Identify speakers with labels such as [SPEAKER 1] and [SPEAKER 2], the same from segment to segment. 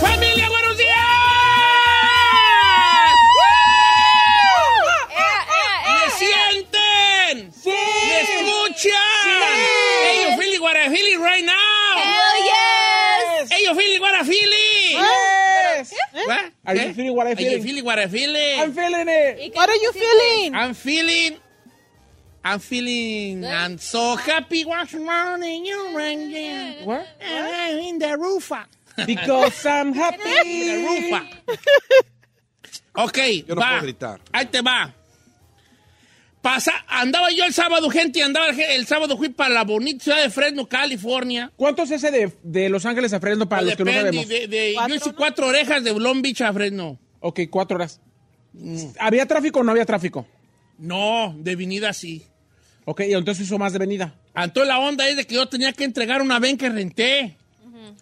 [SPEAKER 1] ¡Familia, buenos días! Eh, ¡Me sienten! ¡Sí! ¡Me escuchan! ¡Hey, you feeling what I feeling right now! ¡Hell yes! ¡Hey, you feeling what I feeling!
[SPEAKER 2] Yes!
[SPEAKER 1] What?
[SPEAKER 2] Are you
[SPEAKER 1] ¿Qué?
[SPEAKER 2] feeling what
[SPEAKER 1] Are
[SPEAKER 2] I
[SPEAKER 1] you
[SPEAKER 2] feeling?
[SPEAKER 1] feeling what I feeling?
[SPEAKER 2] I'm feeling it.
[SPEAKER 3] What are you feeling?
[SPEAKER 1] I'm feeling. I'm feeling. I'm so happy. What's morning? You rang in.
[SPEAKER 2] What?
[SPEAKER 1] And I'm Eh, in the roofer.
[SPEAKER 2] Because I'm
[SPEAKER 1] The
[SPEAKER 2] happy.
[SPEAKER 1] roofer. Ok,
[SPEAKER 4] Yo no
[SPEAKER 1] va.
[SPEAKER 4] puedo gritar.
[SPEAKER 1] Ahí te va. Pasa, andaba yo el sábado, gente, y andaba el, el sábado fui para la bonita ciudad de Fresno, California.
[SPEAKER 2] ¿Cuánto es ese de, de Los Ángeles a Fresno para los que no
[SPEAKER 1] Depende
[SPEAKER 2] sabemos?
[SPEAKER 1] de- de- yo
[SPEAKER 3] Cuatro,
[SPEAKER 1] hice
[SPEAKER 3] ¿no?
[SPEAKER 1] cuatro orejas de Long Beach a Fresno.
[SPEAKER 2] Ok, cuatro horas. ¿Había tráfico o no había tráfico?
[SPEAKER 1] No, de venida sí.
[SPEAKER 2] Ok, y entonces hizo más de venida.
[SPEAKER 1] Entonces la onda es de que yo tenía que entregar una ven que renté,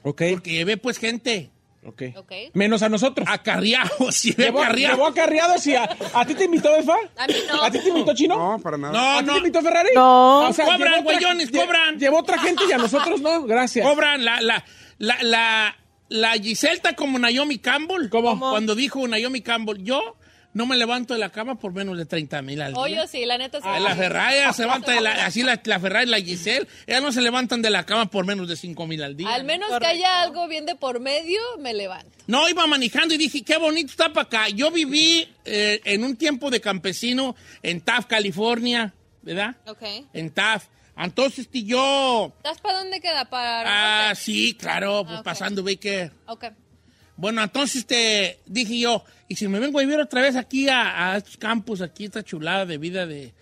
[SPEAKER 2] Ok,
[SPEAKER 1] porque Ah, llevé pues gente
[SPEAKER 2] ok.
[SPEAKER 3] Ok.
[SPEAKER 2] Menos a nosotros.
[SPEAKER 1] acarreados, llevé
[SPEAKER 2] Llevó,
[SPEAKER 1] acarreados.
[SPEAKER 2] llevó acarreados y a, ¿a ti te invitó, Befa?
[SPEAKER 3] A mí no.
[SPEAKER 2] ¿A ti te invitó, Chino?
[SPEAKER 4] No, para nada.
[SPEAKER 1] No,
[SPEAKER 2] ¿A ti
[SPEAKER 1] no,
[SPEAKER 2] te invitó Ferrari?
[SPEAKER 3] No.
[SPEAKER 1] Cobran,
[SPEAKER 2] llevó otra-
[SPEAKER 1] güeyones,
[SPEAKER 2] lle-
[SPEAKER 1] cobran.
[SPEAKER 2] Llevó otra gente y a nosotros no, gracias.
[SPEAKER 1] cobran la, la, la, la, la Giselle está como Naomi Campbell.
[SPEAKER 2] ¿Cómo?
[SPEAKER 1] Cuando dijo Naomi Campbell, yo no me levanto de la cama por menos de 30 mil al día.
[SPEAKER 5] Oye, sí, la neta sí.
[SPEAKER 1] Ah, la Ferrari ella se levanta de la, así la, la Ferrari y la Giselle, ellas no se levantan de la cama por menos de 5 mil al día.
[SPEAKER 5] Al menos que haya algo bien de por medio, me levanto.
[SPEAKER 1] No, iba manejando y dije, qué bonito está para acá. Yo viví eh, en un tiempo de campesino en Taft, California, ¿verdad?
[SPEAKER 5] Ok.
[SPEAKER 1] En Taft. Entonces y yo...
[SPEAKER 5] ¿Estás para dónde queda? Para... Ah,
[SPEAKER 1] Ah, sí, claro, pues
[SPEAKER 5] ok.
[SPEAKER 1] pasando Baker.
[SPEAKER 5] Ok.
[SPEAKER 1] Bueno, entonces te dije yo, y si me vengo a vivir otra vez aquí a, a estos campos, aquí esta chulada de vida de...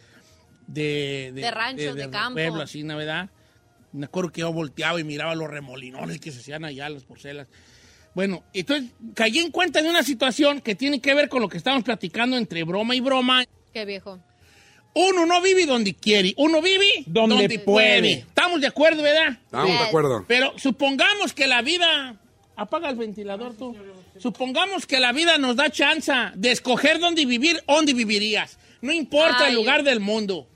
[SPEAKER 1] De,
[SPEAKER 5] De rancho, de campo.
[SPEAKER 1] pueblo, así, ¿no, ¿verdad? Me acuerdo que yo volteaba y miraba los remolinones que se hacían allá, las porcelas. Bueno, entonces caí en cuenta de una situación que tiene que ver con lo que estábamos platicando entre broma y broma.
[SPEAKER 5] Qué viejo.
[SPEAKER 1] Uno no vive donde quiere, uno vive
[SPEAKER 2] Donde puede.
[SPEAKER 1] Estamos de acuerdo, ¿verdad?
[SPEAKER 4] Estamos de
[SPEAKER 5] Yes.
[SPEAKER 4] acuerdo.
[SPEAKER 1] Pero supongamos que la vida. Apaga el ventilador tú. Supongamos que la vida nos da chance de escoger dónde vivir, dónde vivirías. No importa
[SPEAKER 5] Ay,
[SPEAKER 1] el lugar del mundo.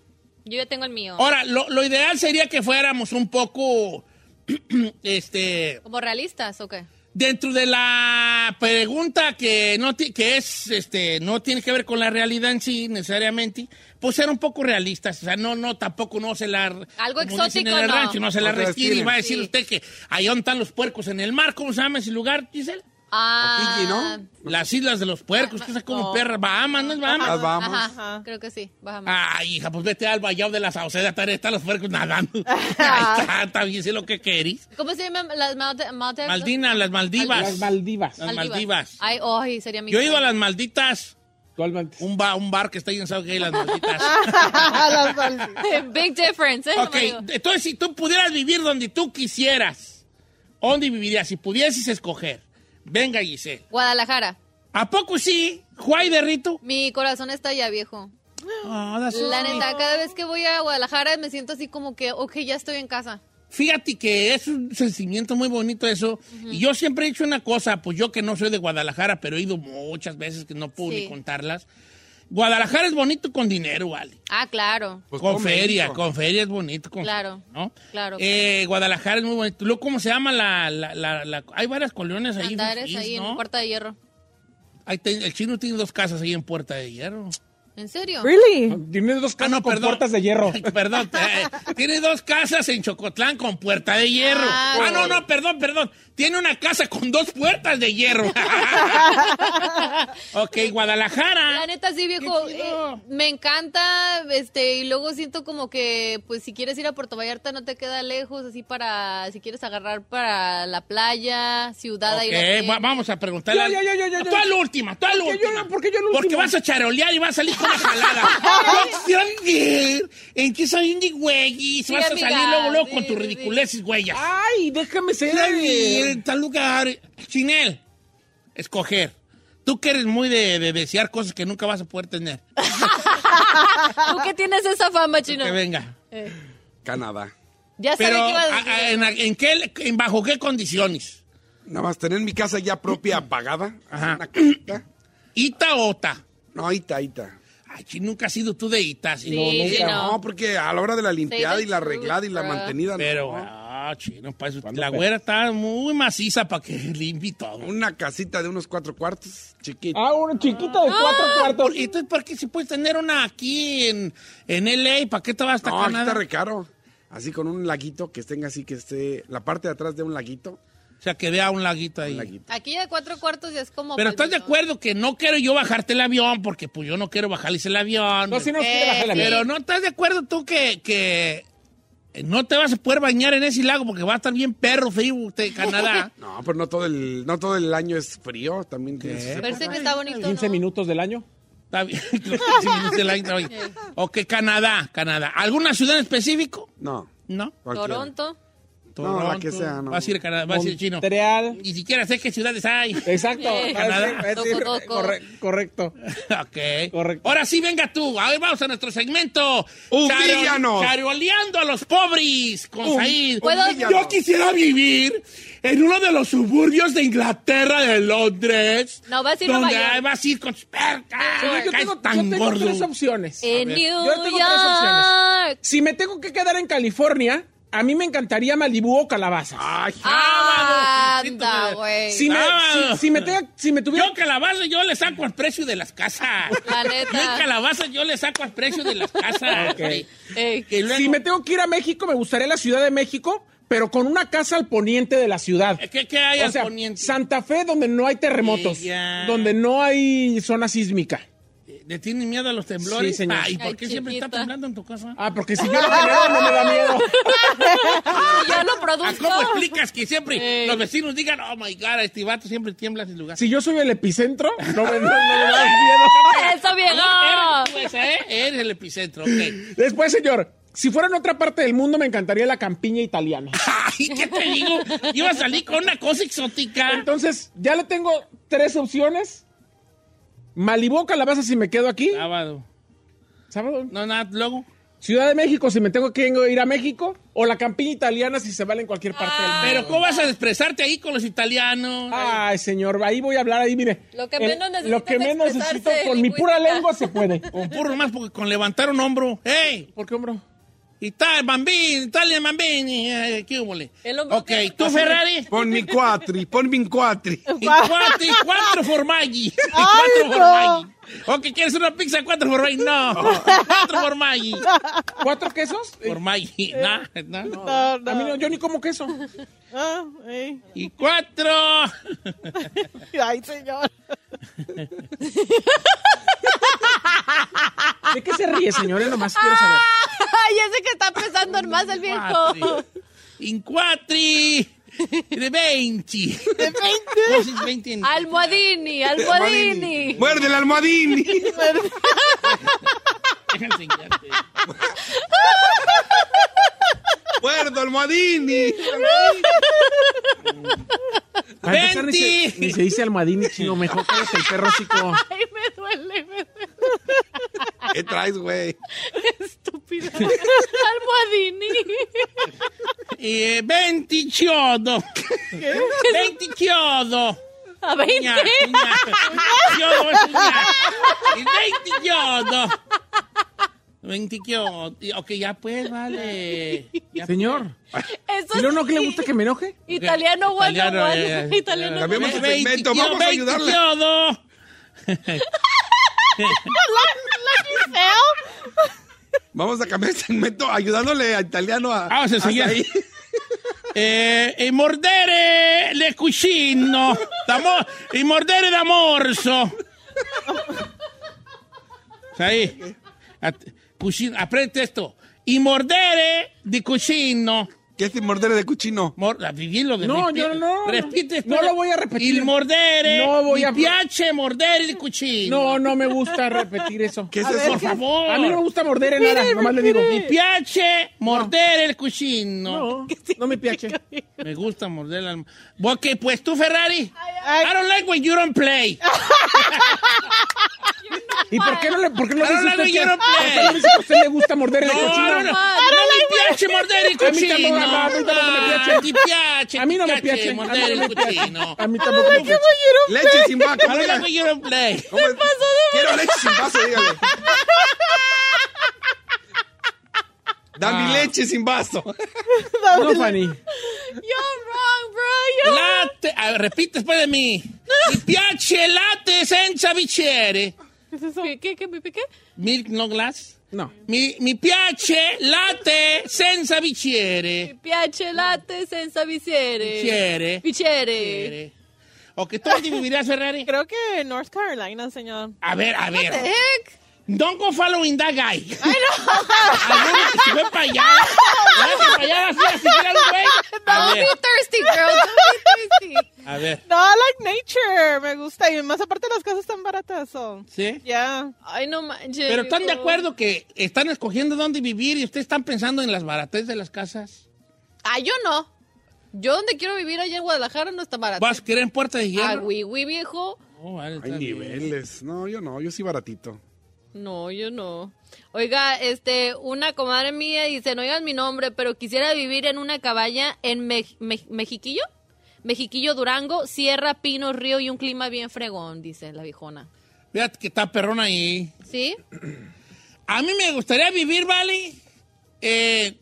[SPEAKER 5] Yo ya tengo el mío.
[SPEAKER 1] Ahora, lo, lo ideal sería que fuéramos un poco. este.
[SPEAKER 5] ¿Como realistas o qué?
[SPEAKER 1] Dentro de la pregunta que no ti- que es este no tiene que ver con la realidad en sí necesariamente, pues ser un poco realistas, o sea, no no tampoco no se la
[SPEAKER 5] Algo
[SPEAKER 1] como dicen
[SPEAKER 5] exótico,
[SPEAKER 1] en el
[SPEAKER 5] no.
[SPEAKER 1] rancho, no se la
[SPEAKER 4] No se
[SPEAKER 1] restire y
[SPEAKER 4] destire.
[SPEAKER 1] va a decir
[SPEAKER 5] Sí.
[SPEAKER 1] usted que ahí donde están los puercos en el mar, ¿cómo se llama ese lugar, Giselle?
[SPEAKER 5] Ah...
[SPEAKER 4] Fiji, ¿no?
[SPEAKER 1] Las islas de los puercos, que es como perra, Bahamas, ¿no es Bahamas?
[SPEAKER 4] Las Bahamas.
[SPEAKER 5] Ajá, creo que sí. Bájame.
[SPEAKER 1] Ay, hija, pues vete al vallado de la Sauceda, ahí están los puercos nadando. Ahí está, está bien, sé lo que querís.
[SPEAKER 5] ¿Cómo se llaman las Maldi- Maldives?
[SPEAKER 1] Maldina, las Maldivas.
[SPEAKER 2] Las Maldivas.
[SPEAKER 1] Las Maldivas.
[SPEAKER 5] Ay, ay, sería mi...
[SPEAKER 1] Yo he ido a las malditas.
[SPEAKER 2] ¿Cuál Maldivas?
[SPEAKER 1] Un, ba- un bar que está ahí en South Gay, las malditas.
[SPEAKER 3] Las Malvinas.
[SPEAKER 5] Big difference, ¿eh?
[SPEAKER 1] ok,
[SPEAKER 5] amigo?
[SPEAKER 1] entonces si tú pudieras vivir donde tú quisieras, ¿dónde vivirías? Si pudieses escoger. Venga, Giselle.
[SPEAKER 5] Guadalajara.
[SPEAKER 1] ¿A poco sí? Juay de Rito.
[SPEAKER 5] Mi corazón está ya viejo.
[SPEAKER 1] Ah, that's
[SPEAKER 5] La
[SPEAKER 1] sweet.
[SPEAKER 5] neta, cada vez que voy a Guadalajara me siento así como que, ok, ya estoy en casa.
[SPEAKER 1] Fíjate que es un sentimiento muy bonito eso. Y yo siempre he dicho una cosa, pues yo que no soy de Guadalajara, pero he ido muchas veces que no puedo ni
[SPEAKER 5] Sí.
[SPEAKER 1] contarlas. Guadalajara es bonito con dinero, vale.
[SPEAKER 5] Ah, claro.
[SPEAKER 4] Pues
[SPEAKER 1] con
[SPEAKER 4] todo
[SPEAKER 1] feria,
[SPEAKER 4] México.
[SPEAKER 1] con feria es bonito. Con
[SPEAKER 5] Claro,
[SPEAKER 1] ¿no?
[SPEAKER 5] claro.
[SPEAKER 1] Eh, Guadalajara es muy bonito. Luego, ¿cómo se llama la...? la- la- la- hay varias colonias ahí.
[SPEAKER 5] Andares
[SPEAKER 1] fifís,
[SPEAKER 5] ahí
[SPEAKER 1] ¿no?
[SPEAKER 5] en Puerta de Hierro.
[SPEAKER 1] Ahí te- el chino tiene dos casas ahí en Puerta de Hierro.
[SPEAKER 5] ¿En serio?
[SPEAKER 3] Really?
[SPEAKER 2] Tiene dos
[SPEAKER 1] Ah,
[SPEAKER 2] casas
[SPEAKER 1] no,
[SPEAKER 2] con
[SPEAKER 1] perdón.
[SPEAKER 2] puertas de hierro.
[SPEAKER 1] perdón. eh, tiene dos casas en Chocotlán con puerta de hierro.
[SPEAKER 5] Ah,
[SPEAKER 1] Ah, no, no, perdón, perdón. Tiene una casa con dos puertas de hierro. ok,
[SPEAKER 5] La
[SPEAKER 1] Guadalajara.
[SPEAKER 5] neta sí, viejo.
[SPEAKER 1] Qué chido.
[SPEAKER 5] eh, me encanta, este, y luego siento como que, pues, si quieres ir a Puerto Vallarta no te queda lejos, así para, si quieres agarrar para la playa, ciudad, ahí
[SPEAKER 1] Ok,
[SPEAKER 5] la
[SPEAKER 1] va-
[SPEAKER 5] tienes.
[SPEAKER 1] vamos a preguntarle.
[SPEAKER 2] Yo,
[SPEAKER 1] a-
[SPEAKER 2] yo, yo, yo, yo, yo.
[SPEAKER 1] Tú a la última, tú a la
[SPEAKER 2] ¿Por qué yo-
[SPEAKER 1] última.
[SPEAKER 2] por qué yo a la
[SPEAKER 1] Porque
[SPEAKER 2] última?
[SPEAKER 1] vas a charolear y vas a salir con la jalada. No te olvides en qué soy indie, güey.
[SPEAKER 5] Sí,
[SPEAKER 1] vas
[SPEAKER 5] amiga,
[SPEAKER 1] a salir luego, luego
[SPEAKER 5] sí,
[SPEAKER 1] con
[SPEAKER 5] sí,
[SPEAKER 1] tus
[SPEAKER 5] sí.
[SPEAKER 1] ridiculeces, güeyas.
[SPEAKER 2] Ay, déjame ser.
[SPEAKER 1] Dale, en tal lugar. Chinel, escoger. Tú que eres muy de, de desear cosas que nunca vas a poder tener.
[SPEAKER 5] ¿Tú qué tienes esa fama, chino?
[SPEAKER 1] Que venga.
[SPEAKER 4] Canadá.
[SPEAKER 5] Ya sabía
[SPEAKER 1] Pero,
[SPEAKER 5] que ibas a
[SPEAKER 1] a-
[SPEAKER 5] decir.
[SPEAKER 1] a- en, en qué, en ¿bajo qué condiciones?
[SPEAKER 4] Nada más tener mi casa ya propia pagada.
[SPEAKER 1] Ajá.
[SPEAKER 4] Una casita.
[SPEAKER 1] ¿Ita o ota?
[SPEAKER 4] No, ita, ita.
[SPEAKER 1] Ay, chi, nunca has sido tú de ita. sí.
[SPEAKER 5] Sí, sí, no.
[SPEAKER 4] No, porque a la hora de la limpiada y la arreglada y la
[SPEAKER 5] truth, bruh.
[SPEAKER 4] mantenida. no.
[SPEAKER 1] Pero, ah, chino, pa' eso-
[SPEAKER 2] ¿Cuándo
[SPEAKER 1] La
[SPEAKER 2] fue?
[SPEAKER 1] güera está muy maciza para que limpie todo.
[SPEAKER 4] Una casita de unos cuatro cuartos, chiquita.
[SPEAKER 2] Ah, una chiquita de cuatro cuartos.
[SPEAKER 1] ¿Y entonces para qué si puedes tener una aquí en, en LA? ¿Para qué te vas hasta
[SPEAKER 4] No, aquí está
[SPEAKER 1] Canadá?
[SPEAKER 4] recaro. Así con un laguito que tenga así que esté la parte de atrás de un laguito.
[SPEAKER 1] O sea, que vea un laguito ahí.
[SPEAKER 4] Un laguito.
[SPEAKER 5] Aquí ya de cuatro cuartos ya es como... pues,
[SPEAKER 1] Pero estás de
[SPEAKER 5] palmito.
[SPEAKER 1] acuerdo que no quiero yo bajarte el avión, porque pues yo no quiero bajarles el avión.
[SPEAKER 2] No, si no, sí,
[SPEAKER 5] Eh,
[SPEAKER 2] te bajé la
[SPEAKER 1] Pero
[SPEAKER 2] mierda.
[SPEAKER 1] no estás de acuerdo tú que, que no te vas a poder bañar en ese lago porque va a estar bien perro frío usted, Canadá.
[SPEAKER 4] No, pero no todo el, no todo el año es frío. También tienes sus
[SPEAKER 5] Parece que está bonito,
[SPEAKER 2] 15
[SPEAKER 5] ¿no?
[SPEAKER 2] minutos del año.
[SPEAKER 1] Está bien. Los 15 minutos del año está bien. Ok, Canadá, Canadá. ¿Alguna ciudad en específico?
[SPEAKER 4] No.
[SPEAKER 1] No.
[SPEAKER 4] cualquiera.
[SPEAKER 5] Toronto.
[SPEAKER 4] No, la que sea, no.
[SPEAKER 1] Vas a ir a Canadá, vas a ir chino.
[SPEAKER 2] Montreal.
[SPEAKER 1] Ni siquiera sé qué ciudades hay.
[SPEAKER 2] Exacto. Ah,
[SPEAKER 5] Eh.
[SPEAKER 1] Canadá.
[SPEAKER 2] Es- es-
[SPEAKER 5] Toco, toco.
[SPEAKER 2] corre- correcto.
[SPEAKER 1] ok.
[SPEAKER 2] Correcto.
[SPEAKER 1] Ahora sí, venga tú. A ver, vamos a nuestro segmento. Charo-
[SPEAKER 4] Humíllanos.
[SPEAKER 1] Charoleando a los pobres con Said.
[SPEAKER 5] ¿Puedo?
[SPEAKER 1] Yo quisiera vivir en uno de los suburbios de Inglaterra, de Londres.
[SPEAKER 5] No, vas a ir a
[SPEAKER 1] Donde
[SPEAKER 5] Nueva York.
[SPEAKER 1] ahí vas a ir con tus percas.
[SPEAKER 2] Oye, yo
[SPEAKER 1] acá
[SPEAKER 2] tengo,
[SPEAKER 1] es tan
[SPEAKER 2] yo tengo
[SPEAKER 1] gordo.
[SPEAKER 2] tres opciones.
[SPEAKER 5] En
[SPEAKER 1] ver.
[SPEAKER 5] New
[SPEAKER 2] Yo tengo tres opciones.
[SPEAKER 5] York.
[SPEAKER 2] Si me tengo que quedar en California, a mí me encantaría Malibú o Calabazas.
[SPEAKER 4] Ay,
[SPEAKER 1] Sábado,
[SPEAKER 5] Ah, Anda,
[SPEAKER 1] Ah, sí,
[SPEAKER 5] güey.
[SPEAKER 2] si, me,
[SPEAKER 1] sábado.
[SPEAKER 2] si, si me tenga- si me tuviera...
[SPEAKER 1] Ah. Yo calabaza, yo le saco al precio de las casas.
[SPEAKER 5] La neta.
[SPEAKER 1] Yo en calabaza, yo le saco al precio de las casas.
[SPEAKER 2] Ok.
[SPEAKER 5] Ey.
[SPEAKER 1] Que luego-
[SPEAKER 2] Si me tengo que ir a México, me gustaría la Ciudad de México, pero con una casa al poniente de la ciudad.
[SPEAKER 1] ¿Qué, qué hay
[SPEAKER 2] o
[SPEAKER 1] al
[SPEAKER 2] sea,
[SPEAKER 1] poniente?
[SPEAKER 2] Santa Fe, donde no hay terremotos,
[SPEAKER 1] Ella.
[SPEAKER 2] donde no hay zona sísmica.
[SPEAKER 1] ¿Le tiene miedo a los temblores?
[SPEAKER 2] Sí, señor.
[SPEAKER 1] Ah, ¿Y por
[SPEAKER 5] Ay,
[SPEAKER 1] qué siempre
[SPEAKER 5] chiquita.
[SPEAKER 1] está temblando en tu casa?
[SPEAKER 2] Ah, porque si yo lo genero, no me da miedo.
[SPEAKER 5] Ah, yo lo
[SPEAKER 1] ¿A
[SPEAKER 5] produzco.
[SPEAKER 1] ¿Cómo explicas que siempre
[SPEAKER 5] Ey.
[SPEAKER 1] los vecinos digan, oh my god, a este vato siempre tiembla en su lugar?
[SPEAKER 2] Si yo soy el epicentro, no me, no- no me da miedo.
[SPEAKER 5] Eso,
[SPEAKER 1] Eres,
[SPEAKER 5] viejo.
[SPEAKER 1] tú esa, ¿eh? Eres el epicentro, ok.
[SPEAKER 2] Después, señor, si fuera en otra parte del mundo, me encantaría la campiña italiana.
[SPEAKER 1] Ay, ¿qué te digo? Iba a salir con una cosa exótica.
[SPEAKER 2] Entonces, ya le tengo tres opciones. Malibú, Calabaza, si me quedo aquí.
[SPEAKER 1] Sábado.
[SPEAKER 2] Sábado.
[SPEAKER 1] No, nada, luego.
[SPEAKER 2] Ciudad de México, si me tengo que ir a México. O la campiña italiana, si se vale en cualquier parte del mundo.
[SPEAKER 1] Pero ¿cómo vas a expresarte ahí con los italianos?
[SPEAKER 2] Ay, señor, ahí voy a hablar, ahí mire.
[SPEAKER 5] Lo que
[SPEAKER 2] El-
[SPEAKER 5] menos necesitas
[SPEAKER 2] Lo que menos
[SPEAKER 5] expresarse
[SPEAKER 2] necesito, con mi pura
[SPEAKER 5] lingüística.
[SPEAKER 2] lengua se puede.
[SPEAKER 1] Con puro más, porque con levantar un hombro. ¡Ey!
[SPEAKER 2] ¿Por qué, hombre?
[SPEAKER 1] Italia, bambini, Italia, bambini. Ay, eh, ¿Qué hubo?
[SPEAKER 5] El hombro
[SPEAKER 1] Ok,
[SPEAKER 5] que-
[SPEAKER 1] ¿tú, Ferrari?
[SPEAKER 4] Pon mi cuatri, pon mi cuatri.
[SPEAKER 1] Y cuatro, y cuatro formaggi. Y cuatro
[SPEAKER 3] no.
[SPEAKER 1] formaggi. ¿O que quieres una pizza cuatro formaggi? No, cuatro formaggi.
[SPEAKER 2] ¿Cuatro quesos? Eh,
[SPEAKER 1] Formaggi, no, no.
[SPEAKER 3] No,
[SPEAKER 2] A mí no,
[SPEAKER 3] no.
[SPEAKER 2] yo ni como queso.
[SPEAKER 3] Ah, eh.
[SPEAKER 1] Y cuatro.
[SPEAKER 3] Ay, señor.
[SPEAKER 2] ¿De qué se ríe, señores? Nomás quiero saber.
[SPEAKER 5] Ay, ese que está pesando en más el viejo.
[SPEAKER 1] In quattri. De 20.
[SPEAKER 3] De 20.
[SPEAKER 1] No, sí, 20 en-
[SPEAKER 5] Almohadini, almohadini.
[SPEAKER 4] Muerde el almohadín.
[SPEAKER 1] Déjame enseñarte.
[SPEAKER 4] Muerdo almohadini.
[SPEAKER 5] Ah,
[SPEAKER 2] Para empezar, ni se,
[SPEAKER 1] Venti.
[SPEAKER 2] ni se dice almohadini, chino. Mejor cállate el perro, chico.
[SPEAKER 5] Ay, me duele, me duele.
[SPEAKER 4] ¿Qué traes, güey?
[SPEAKER 5] Estúpida. Almohadini.
[SPEAKER 1] Eh, 20 chiodo. 20 chiodo.
[SPEAKER 5] A 20.
[SPEAKER 1] Gna, gna. Chiodo es un gna. Y 20 chiodo. 20 chiodo. Y- Ok, ya pues, vale. Ya
[SPEAKER 2] Señor,
[SPEAKER 5] Eso
[SPEAKER 2] ¿y
[SPEAKER 5] es
[SPEAKER 2] no, no que le gusta que me enoje?
[SPEAKER 5] italiano one
[SPEAKER 1] Italiano,
[SPEAKER 5] on one.
[SPEAKER 1] eh, eh,
[SPEAKER 5] Italiano one
[SPEAKER 4] Cambiemos
[SPEAKER 5] on
[SPEAKER 4] el
[SPEAKER 5] one.
[SPEAKER 4] segmento, vamos a ayudarle.
[SPEAKER 1] chiodo.
[SPEAKER 3] bien feo.
[SPEAKER 4] Vamos a cambiar el segmento ayudándole a italiano a.
[SPEAKER 1] Ah, o sea,
[SPEAKER 4] hasta
[SPEAKER 1] seguía.
[SPEAKER 4] ahí.
[SPEAKER 1] Eh, e mordere le cucino, d'amo- e mordere da morso. Sai? At- cucino, aprende esto. Y mordere di cucino.
[SPEAKER 4] ¿Qué es este mordere de cuchino?
[SPEAKER 1] Mor- ah, bien lo de
[SPEAKER 2] No,
[SPEAKER 1] repi-
[SPEAKER 2] yo no.
[SPEAKER 1] Repite esto.
[SPEAKER 2] No lo voy a repetir.
[SPEAKER 1] Il mordere.
[SPEAKER 2] No voy
[SPEAKER 1] mi
[SPEAKER 2] a-
[SPEAKER 1] piace mordere di cucino.
[SPEAKER 2] No, no me gusta repetir eso.
[SPEAKER 4] ¿Qué es
[SPEAKER 3] A ver,
[SPEAKER 4] eso?
[SPEAKER 1] Por favor.
[SPEAKER 2] A mí no me gusta morder en nada, nomás le digo.
[SPEAKER 1] Mi piace mordere il cucino.
[SPEAKER 2] No, no me piache.
[SPEAKER 1] Me gusta morder la alma. Ok, pues tú, Ferrari.
[SPEAKER 3] ay.
[SPEAKER 1] I don't like when you don't play.
[SPEAKER 2] Ah, ¿Y por qué no le, por qué no
[SPEAKER 1] Claro,
[SPEAKER 2] dice
[SPEAKER 1] claro,
[SPEAKER 2] usted
[SPEAKER 1] yo
[SPEAKER 2] que-
[SPEAKER 1] no play.
[SPEAKER 2] por qué no dice que a usted le gusta morder el
[SPEAKER 1] No,
[SPEAKER 2] cochino?
[SPEAKER 1] no, no, no mi piace mordere il
[SPEAKER 2] A mí
[SPEAKER 1] cucino.
[SPEAKER 2] tampoco, a mí tampoco me piace.
[SPEAKER 1] Ah, Ti piace,
[SPEAKER 2] A mí no
[SPEAKER 1] ti
[SPEAKER 2] me piace. A mí
[SPEAKER 1] mordere
[SPEAKER 2] no me
[SPEAKER 1] il
[SPEAKER 2] piace.
[SPEAKER 1] cucino.
[SPEAKER 2] A mí
[SPEAKER 5] Ah,
[SPEAKER 2] tampoco me piace.
[SPEAKER 4] Leche sin vaca.
[SPEAKER 1] I don't
[SPEAKER 4] diga.
[SPEAKER 1] like when you don't play.
[SPEAKER 4] ¿Cómo es? Quiero leche sin vaso, dígale. Dame
[SPEAKER 1] Ah.
[SPEAKER 4] leche sin vaso.
[SPEAKER 2] No, Fanny.
[SPEAKER 5] You're wrong, bro. You're
[SPEAKER 1] Latte. ah, repite después de mí. Mi piace latte senza bicchiere.
[SPEAKER 5] ¿Qué, qué, qué, qué, qué?
[SPEAKER 1] Milk no glass.
[SPEAKER 2] No.
[SPEAKER 1] Mi, mi piace latte senza bicchiere.
[SPEAKER 5] Piace latte senza bicchiere.
[SPEAKER 1] Bicchiere.
[SPEAKER 5] Bicchiere.
[SPEAKER 1] Bicchiere. Ok, ¿tú dividirías, Ferrari?
[SPEAKER 3] Creo que North Carolina, señor.
[SPEAKER 1] A ver, a ver.
[SPEAKER 5] The heck?
[SPEAKER 1] Don't go following that guy. Ay, no. Alguno que se fue para allá. Ya se para allá, así, así, mira el güey. A
[SPEAKER 5] Don't
[SPEAKER 1] ver,
[SPEAKER 5] be thirsty, girl. Don't be thirsty.
[SPEAKER 1] a ver.
[SPEAKER 3] No, I like nature. Me gusta. Y más aparte las casas están baratas. So.
[SPEAKER 1] ¿Sí?
[SPEAKER 3] Yeah.
[SPEAKER 5] Ay, no manches.
[SPEAKER 1] Pero ¿están de
[SPEAKER 5] viejo.
[SPEAKER 1] acuerdo que están escogiendo dónde vivir y ustedes están pensando en las baratez de las casas?
[SPEAKER 5] Ah, yo no. Yo donde quiero vivir allá en Guadalajara no está barato.
[SPEAKER 1] ¿Vas a querer en Puerta de
[SPEAKER 5] Ah,
[SPEAKER 1] Hierro?
[SPEAKER 5] güey, güey, viejo.
[SPEAKER 1] Oh, vale, está
[SPEAKER 4] Hay
[SPEAKER 1] bien.
[SPEAKER 4] niveles. No, yo no, yo sí baratito.
[SPEAKER 5] No, yo no. Oiga, este, una comadre mía dice, no digas mi nombre, pero quisiera vivir en una cabaña en Mej- Mej- Mexiquillo. Mexiquillo, Durango, Sierra, Pino, Río y un clima bien fregón, dice la viejona.
[SPEAKER 1] Fíjate que está perrón ahí.
[SPEAKER 5] ¿Sí?
[SPEAKER 1] A mí me gustaría vivir, ¿vale? Eh,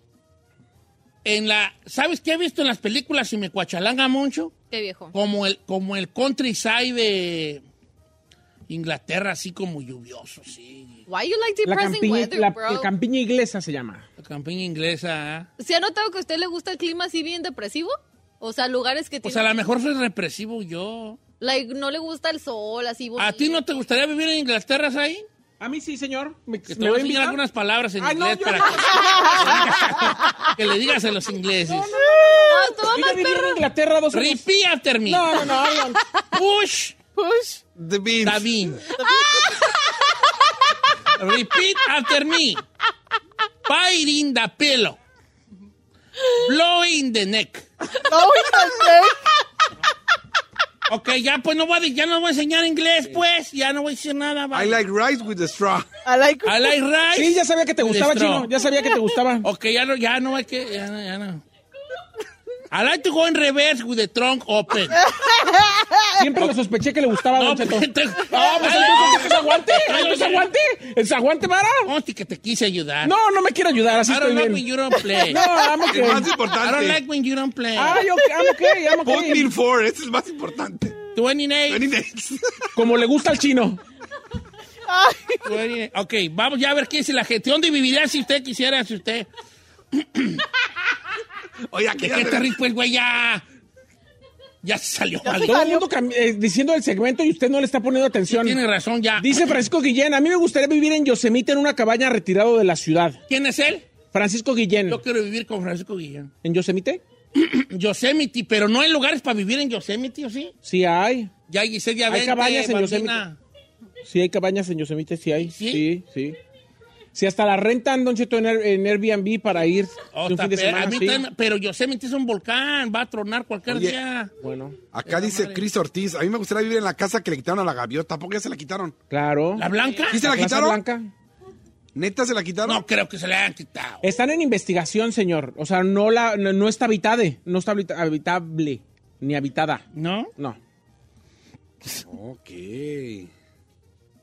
[SPEAKER 1] en la... ¿Sabes qué he visto en las películas y me cuachalanga mucho?
[SPEAKER 5] Qué viejo.
[SPEAKER 1] Como el, como el countryside de Inglaterra, así como lluvioso, sí.
[SPEAKER 5] Why you like
[SPEAKER 2] La
[SPEAKER 5] depressing
[SPEAKER 2] campiña,
[SPEAKER 5] weather,
[SPEAKER 2] la-
[SPEAKER 5] bro?
[SPEAKER 2] la campiña inglesa se llama.
[SPEAKER 1] La campiña inglesa. ¿ah?
[SPEAKER 5] ¿Se ha notado que a usted le gusta el clima así bien depresivo? O sea, lugares que
[SPEAKER 1] Pues
[SPEAKER 5] tienen-
[SPEAKER 1] a lo mejor soy represivo yo.
[SPEAKER 5] like, no le gusta el sol, así bonito.
[SPEAKER 1] ¿A ti no te gustaría vivir en Inglaterra, ahí?
[SPEAKER 2] A mí sí, señor. Me,
[SPEAKER 1] Que te
[SPEAKER 2] me
[SPEAKER 1] voy a
[SPEAKER 2] voy
[SPEAKER 1] enseñar
[SPEAKER 2] invitar?
[SPEAKER 1] algunas palabras en
[SPEAKER 2] Ay, Ah, no,
[SPEAKER 1] inglés
[SPEAKER 2] yo
[SPEAKER 1] para
[SPEAKER 2] no.
[SPEAKER 1] que, que le digas a los ingleses.
[SPEAKER 5] No, estuvo
[SPEAKER 2] Yo
[SPEAKER 5] más
[SPEAKER 2] viví en
[SPEAKER 5] perro.
[SPEAKER 2] Inglaterra dos años.
[SPEAKER 1] Repeat after me.
[SPEAKER 2] No, no, no, no.
[SPEAKER 1] Push
[SPEAKER 3] Push.
[SPEAKER 4] The beans.
[SPEAKER 1] Davin.
[SPEAKER 2] Ah.
[SPEAKER 1] Repeat after me. Pie in the pillow. Blow in the neck.
[SPEAKER 3] No, no,
[SPEAKER 1] Ok, ya pues no voy a, de- ya no voy a enseñar inglés, pues. Ya no voy a decir nada.
[SPEAKER 4] I
[SPEAKER 1] vale.
[SPEAKER 4] like rice with the straw.
[SPEAKER 3] I like.
[SPEAKER 1] I like rice.
[SPEAKER 2] Sí, ya sabía que te gustaba,
[SPEAKER 1] Lestro.
[SPEAKER 2] chino. Ya sabía que te gustaba.
[SPEAKER 1] Ok, ya no, ya no hay que. Ya no, ya no. I like to go in reverse with the trunk open.
[SPEAKER 2] Ah, Siempre lo sospeché que le gustaba,
[SPEAKER 1] No,
[SPEAKER 2] Don
[SPEAKER 1] pues, ah,
[SPEAKER 2] Cheto.
[SPEAKER 1] te- no,
[SPEAKER 2] No, pues entonces que se aguante.
[SPEAKER 1] ah,
[SPEAKER 2] Entonces aguante. ¿El aguante, Mara?
[SPEAKER 1] Conste que te quise ayudar.
[SPEAKER 2] No, no me quiero ayudar, así
[SPEAKER 1] I don't
[SPEAKER 2] estoy
[SPEAKER 1] like when
[SPEAKER 2] bien.
[SPEAKER 1] you don't play.
[SPEAKER 2] No, Ah. amo que.
[SPEAKER 4] Es
[SPEAKER 1] I
[SPEAKER 4] más
[SPEAKER 1] don't
[SPEAKER 4] importante.
[SPEAKER 1] like when you don't play.
[SPEAKER 2] Ay, ok, amo que, amo
[SPEAKER 4] Put me
[SPEAKER 1] Em.
[SPEAKER 2] que.
[SPEAKER 4] in four. Eso es más importante.
[SPEAKER 1] 28,
[SPEAKER 4] Any days.
[SPEAKER 2] Como le gusta al chino.
[SPEAKER 3] Ay,
[SPEAKER 1] 28. Ok, vamos ya a ver qué dice la gente. ¿Dónde viviría si usted quisiera, si usted?
[SPEAKER 4] Oye, aquí
[SPEAKER 1] ¿De
[SPEAKER 4] ya
[SPEAKER 1] qué
[SPEAKER 4] se-
[SPEAKER 1] te ríes, pues, güey? Ya. Ya se salió mal.
[SPEAKER 2] Todo el mundo cam- eh, diciendo el segmento y usted no le está poniendo atención.
[SPEAKER 1] Tiene razón, ya.
[SPEAKER 2] Dice Francisco Guillén, a mí me gustaría vivir en Yosemite en una cabaña retirado de la ciudad.
[SPEAKER 1] ¿Quién es él?
[SPEAKER 2] Francisco Guillén.
[SPEAKER 1] Yo quiero vivir con Francisco Guillén.
[SPEAKER 2] ¿En Yosemite?
[SPEAKER 1] Yosemite, pero no hay lugares para vivir en Yosemite, ¿o sí?
[SPEAKER 2] Sí hay.
[SPEAKER 1] Ya Giselle, ya
[SPEAKER 2] Hay
[SPEAKER 1] vente,
[SPEAKER 2] cabañas en
[SPEAKER 1] Bambina.
[SPEAKER 2] Sí hay cabañas en Yosemite, sí hay.
[SPEAKER 1] ¿Sí?
[SPEAKER 2] Sí, sí. Sí, hasta la rentan, Don Cheto, en, Air- en Airbnb para ir
[SPEAKER 1] Oh,
[SPEAKER 2] de un
[SPEAKER 1] está
[SPEAKER 2] fin de
[SPEAKER 1] pe- a
[SPEAKER 2] semana.
[SPEAKER 1] mí
[SPEAKER 2] sí.
[SPEAKER 1] tan- pero Yosemite es un volcán, va a tronar cualquier
[SPEAKER 4] Oye.
[SPEAKER 1] día.
[SPEAKER 2] Bueno,
[SPEAKER 4] Acá dice Chris Ortiz. A mí me gustaría vivir en la casa que le quitaron a la gaviota. ¿Por qué ya se la quitaron?
[SPEAKER 2] claro.
[SPEAKER 1] ¿La blanca?
[SPEAKER 4] ¿Sí se la
[SPEAKER 2] Plaza
[SPEAKER 4] quitaron?
[SPEAKER 2] Blanca.
[SPEAKER 4] ¿Neta se la quitaron?
[SPEAKER 1] No creo que se le hayan quitado.
[SPEAKER 2] Están en investigación, señor. O sea, no, la, no, no está habitade. No está habita- habitable. Ni habitada.
[SPEAKER 1] ¿No?
[SPEAKER 2] No.
[SPEAKER 4] Ok.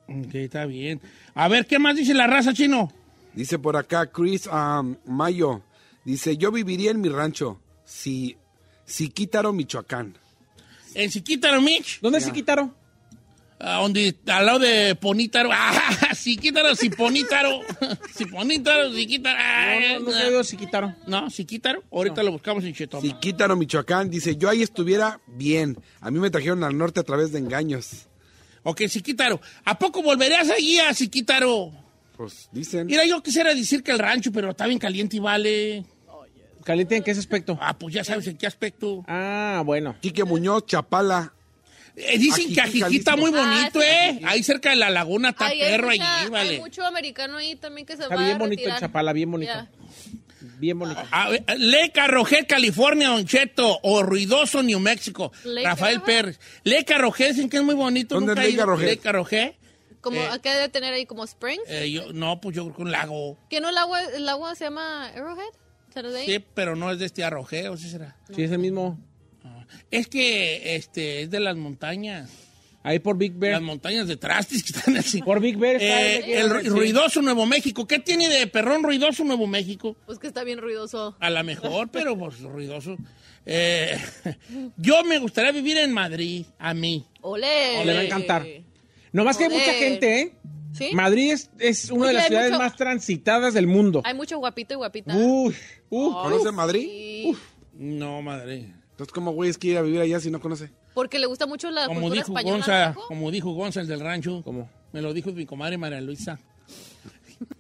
[SPEAKER 1] Ok, está bien. A ver, ¿qué más dice la raza chino?
[SPEAKER 4] Dice por acá Chris um, Mayo. Dice, yo viviría en mi rancho. Si, si quitaron Michoacán.
[SPEAKER 1] En Siquítaro, Mitch.
[SPEAKER 2] ¿Dónde se quitaron?
[SPEAKER 1] Ah, donde, al lado de Ponítaro. Ah, Siquítaro, Siponítaro. Siponítaro, Siquítaro. Ah,
[SPEAKER 2] No, no, no te digo si quitaron.
[SPEAKER 1] No, Siquítaro. Ahorita lo buscamos en Chetoma.
[SPEAKER 4] Siquítaro, Michoacán, dice, yo ahí estuviera bien. A mí me trajeron al norte a través de engaños.
[SPEAKER 1] Ok, Siquítaro. ¿A poco volverías allí a Siquítaro?
[SPEAKER 4] Pues dicen.
[SPEAKER 1] Mira, yo quisiera decir que el rancho, pero está bien caliente y vale.
[SPEAKER 2] ¿Caliente en qué es aspecto?
[SPEAKER 1] Ah, pues ya sabes en qué aspecto.
[SPEAKER 2] Ah, bueno.
[SPEAKER 4] Quique Muñoz, Chapala.
[SPEAKER 1] Eh, dicen que
[SPEAKER 4] Ajijic,
[SPEAKER 1] Ajijic está muy
[SPEAKER 5] Jalisco.
[SPEAKER 1] bonito,
[SPEAKER 5] Ah,
[SPEAKER 1] ¿eh? Ahí cerca de la laguna está
[SPEAKER 5] Ay, hay
[SPEAKER 1] perro
[SPEAKER 5] mucha-
[SPEAKER 1] allí, vale.
[SPEAKER 5] Hay mucho americano ahí también que se
[SPEAKER 2] Está
[SPEAKER 5] va
[SPEAKER 2] bien
[SPEAKER 5] a
[SPEAKER 2] bonito el
[SPEAKER 5] retirar.
[SPEAKER 2] Chapala, bien bonito.
[SPEAKER 5] Ya. Ah.
[SPEAKER 2] Bien bonito.
[SPEAKER 1] A ver, Le Carrojet, California, Don Cheto, o Ruidoso, New México,
[SPEAKER 5] Le
[SPEAKER 1] Rafael
[SPEAKER 5] Carrojet.
[SPEAKER 1] Pérez. Le Carrojet, dicen que es muy bonito.
[SPEAKER 4] ¿Dónde
[SPEAKER 1] nunca
[SPEAKER 4] es
[SPEAKER 1] he
[SPEAKER 4] Le
[SPEAKER 1] ido.
[SPEAKER 4] Carrojet?
[SPEAKER 1] Le Carrojet,
[SPEAKER 5] Como,
[SPEAKER 1] Eh.
[SPEAKER 5] ¿a ¿Qué debe tener ahí? ¿Como Springs?
[SPEAKER 1] eh, yo- no, pues yo creo que un lago.
[SPEAKER 5] ¿Que no el agua, el agua se llama Arrowhead? ¿Será de ahí?
[SPEAKER 1] Sí, pero no es de este arrojeo, ¿sí será?
[SPEAKER 2] Sí, es el mismo.
[SPEAKER 1] Es que este es de las montañas.
[SPEAKER 2] Ahí por Big
[SPEAKER 1] Las
[SPEAKER 2] Bear.
[SPEAKER 1] montañas de Trastis que están así.
[SPEAKER 2] Por Big Bear está
[SPEAKER 1] Eh,
[SPEAKER 2] el-
[SPEAKER 1] el ru- ruidoso Nuevo México. ¿Qué tiene de perrón ruidoso Nuevo México?
[SPEAKER 5] Pues que está bien ruidoso.
[SPEAKER 1] A lo mejor, pero pues ruidoso. Eh, yo me gustaría vivir en Madrid, a mí.
[SPEAKER 5] ¡Ole!
[SPEAKER 2] Le va a encantar. Nomás que hay mucha
[SPEAKER 5] Joder.
[SPEAKER 2] gente, ¿eh?
[SPEAKER 5] ¿Sí?
[SPEAKER 2] Madrid es, es una
[SPEAKER 5] Oye,
[SPEAKER 2] de las
[SPEAKER 5] hay
[SPEAKER 2] ciudades
[SPEAKER 5] mucho-
[SPEAKER 2] más transitadas del mundo.
[SPEAKER 5] Hay Oh. mucho guapito y guapita.
[SPEAKER 2] Uy, uy.
[SPEAKER 4] ¿Conoce Madrid?
[SPEAKER 5] Sí.
[SPEAKER 1] No, Madrid.
[SPEAKER 4] Entonces, ¿cómo güey es que ir a vivir allá si no conoce?
[SPEAKER 5] Porque le gusta mucho la
[SPEAKER 1] Como
[SPEAKER 5] cultura
[SPEAKER 1] dijo,
[SPEAKER 5] española.
[SPEAKER 1] Gonza,
[SPEAKER 5] ¿no?
[SPEAKER 1] como dijo Gonza, el del rancho.
[SPEAKER 2] ¿Cómo?
[SPEAKER 1] Me lo dijo mi comadre María Luisa.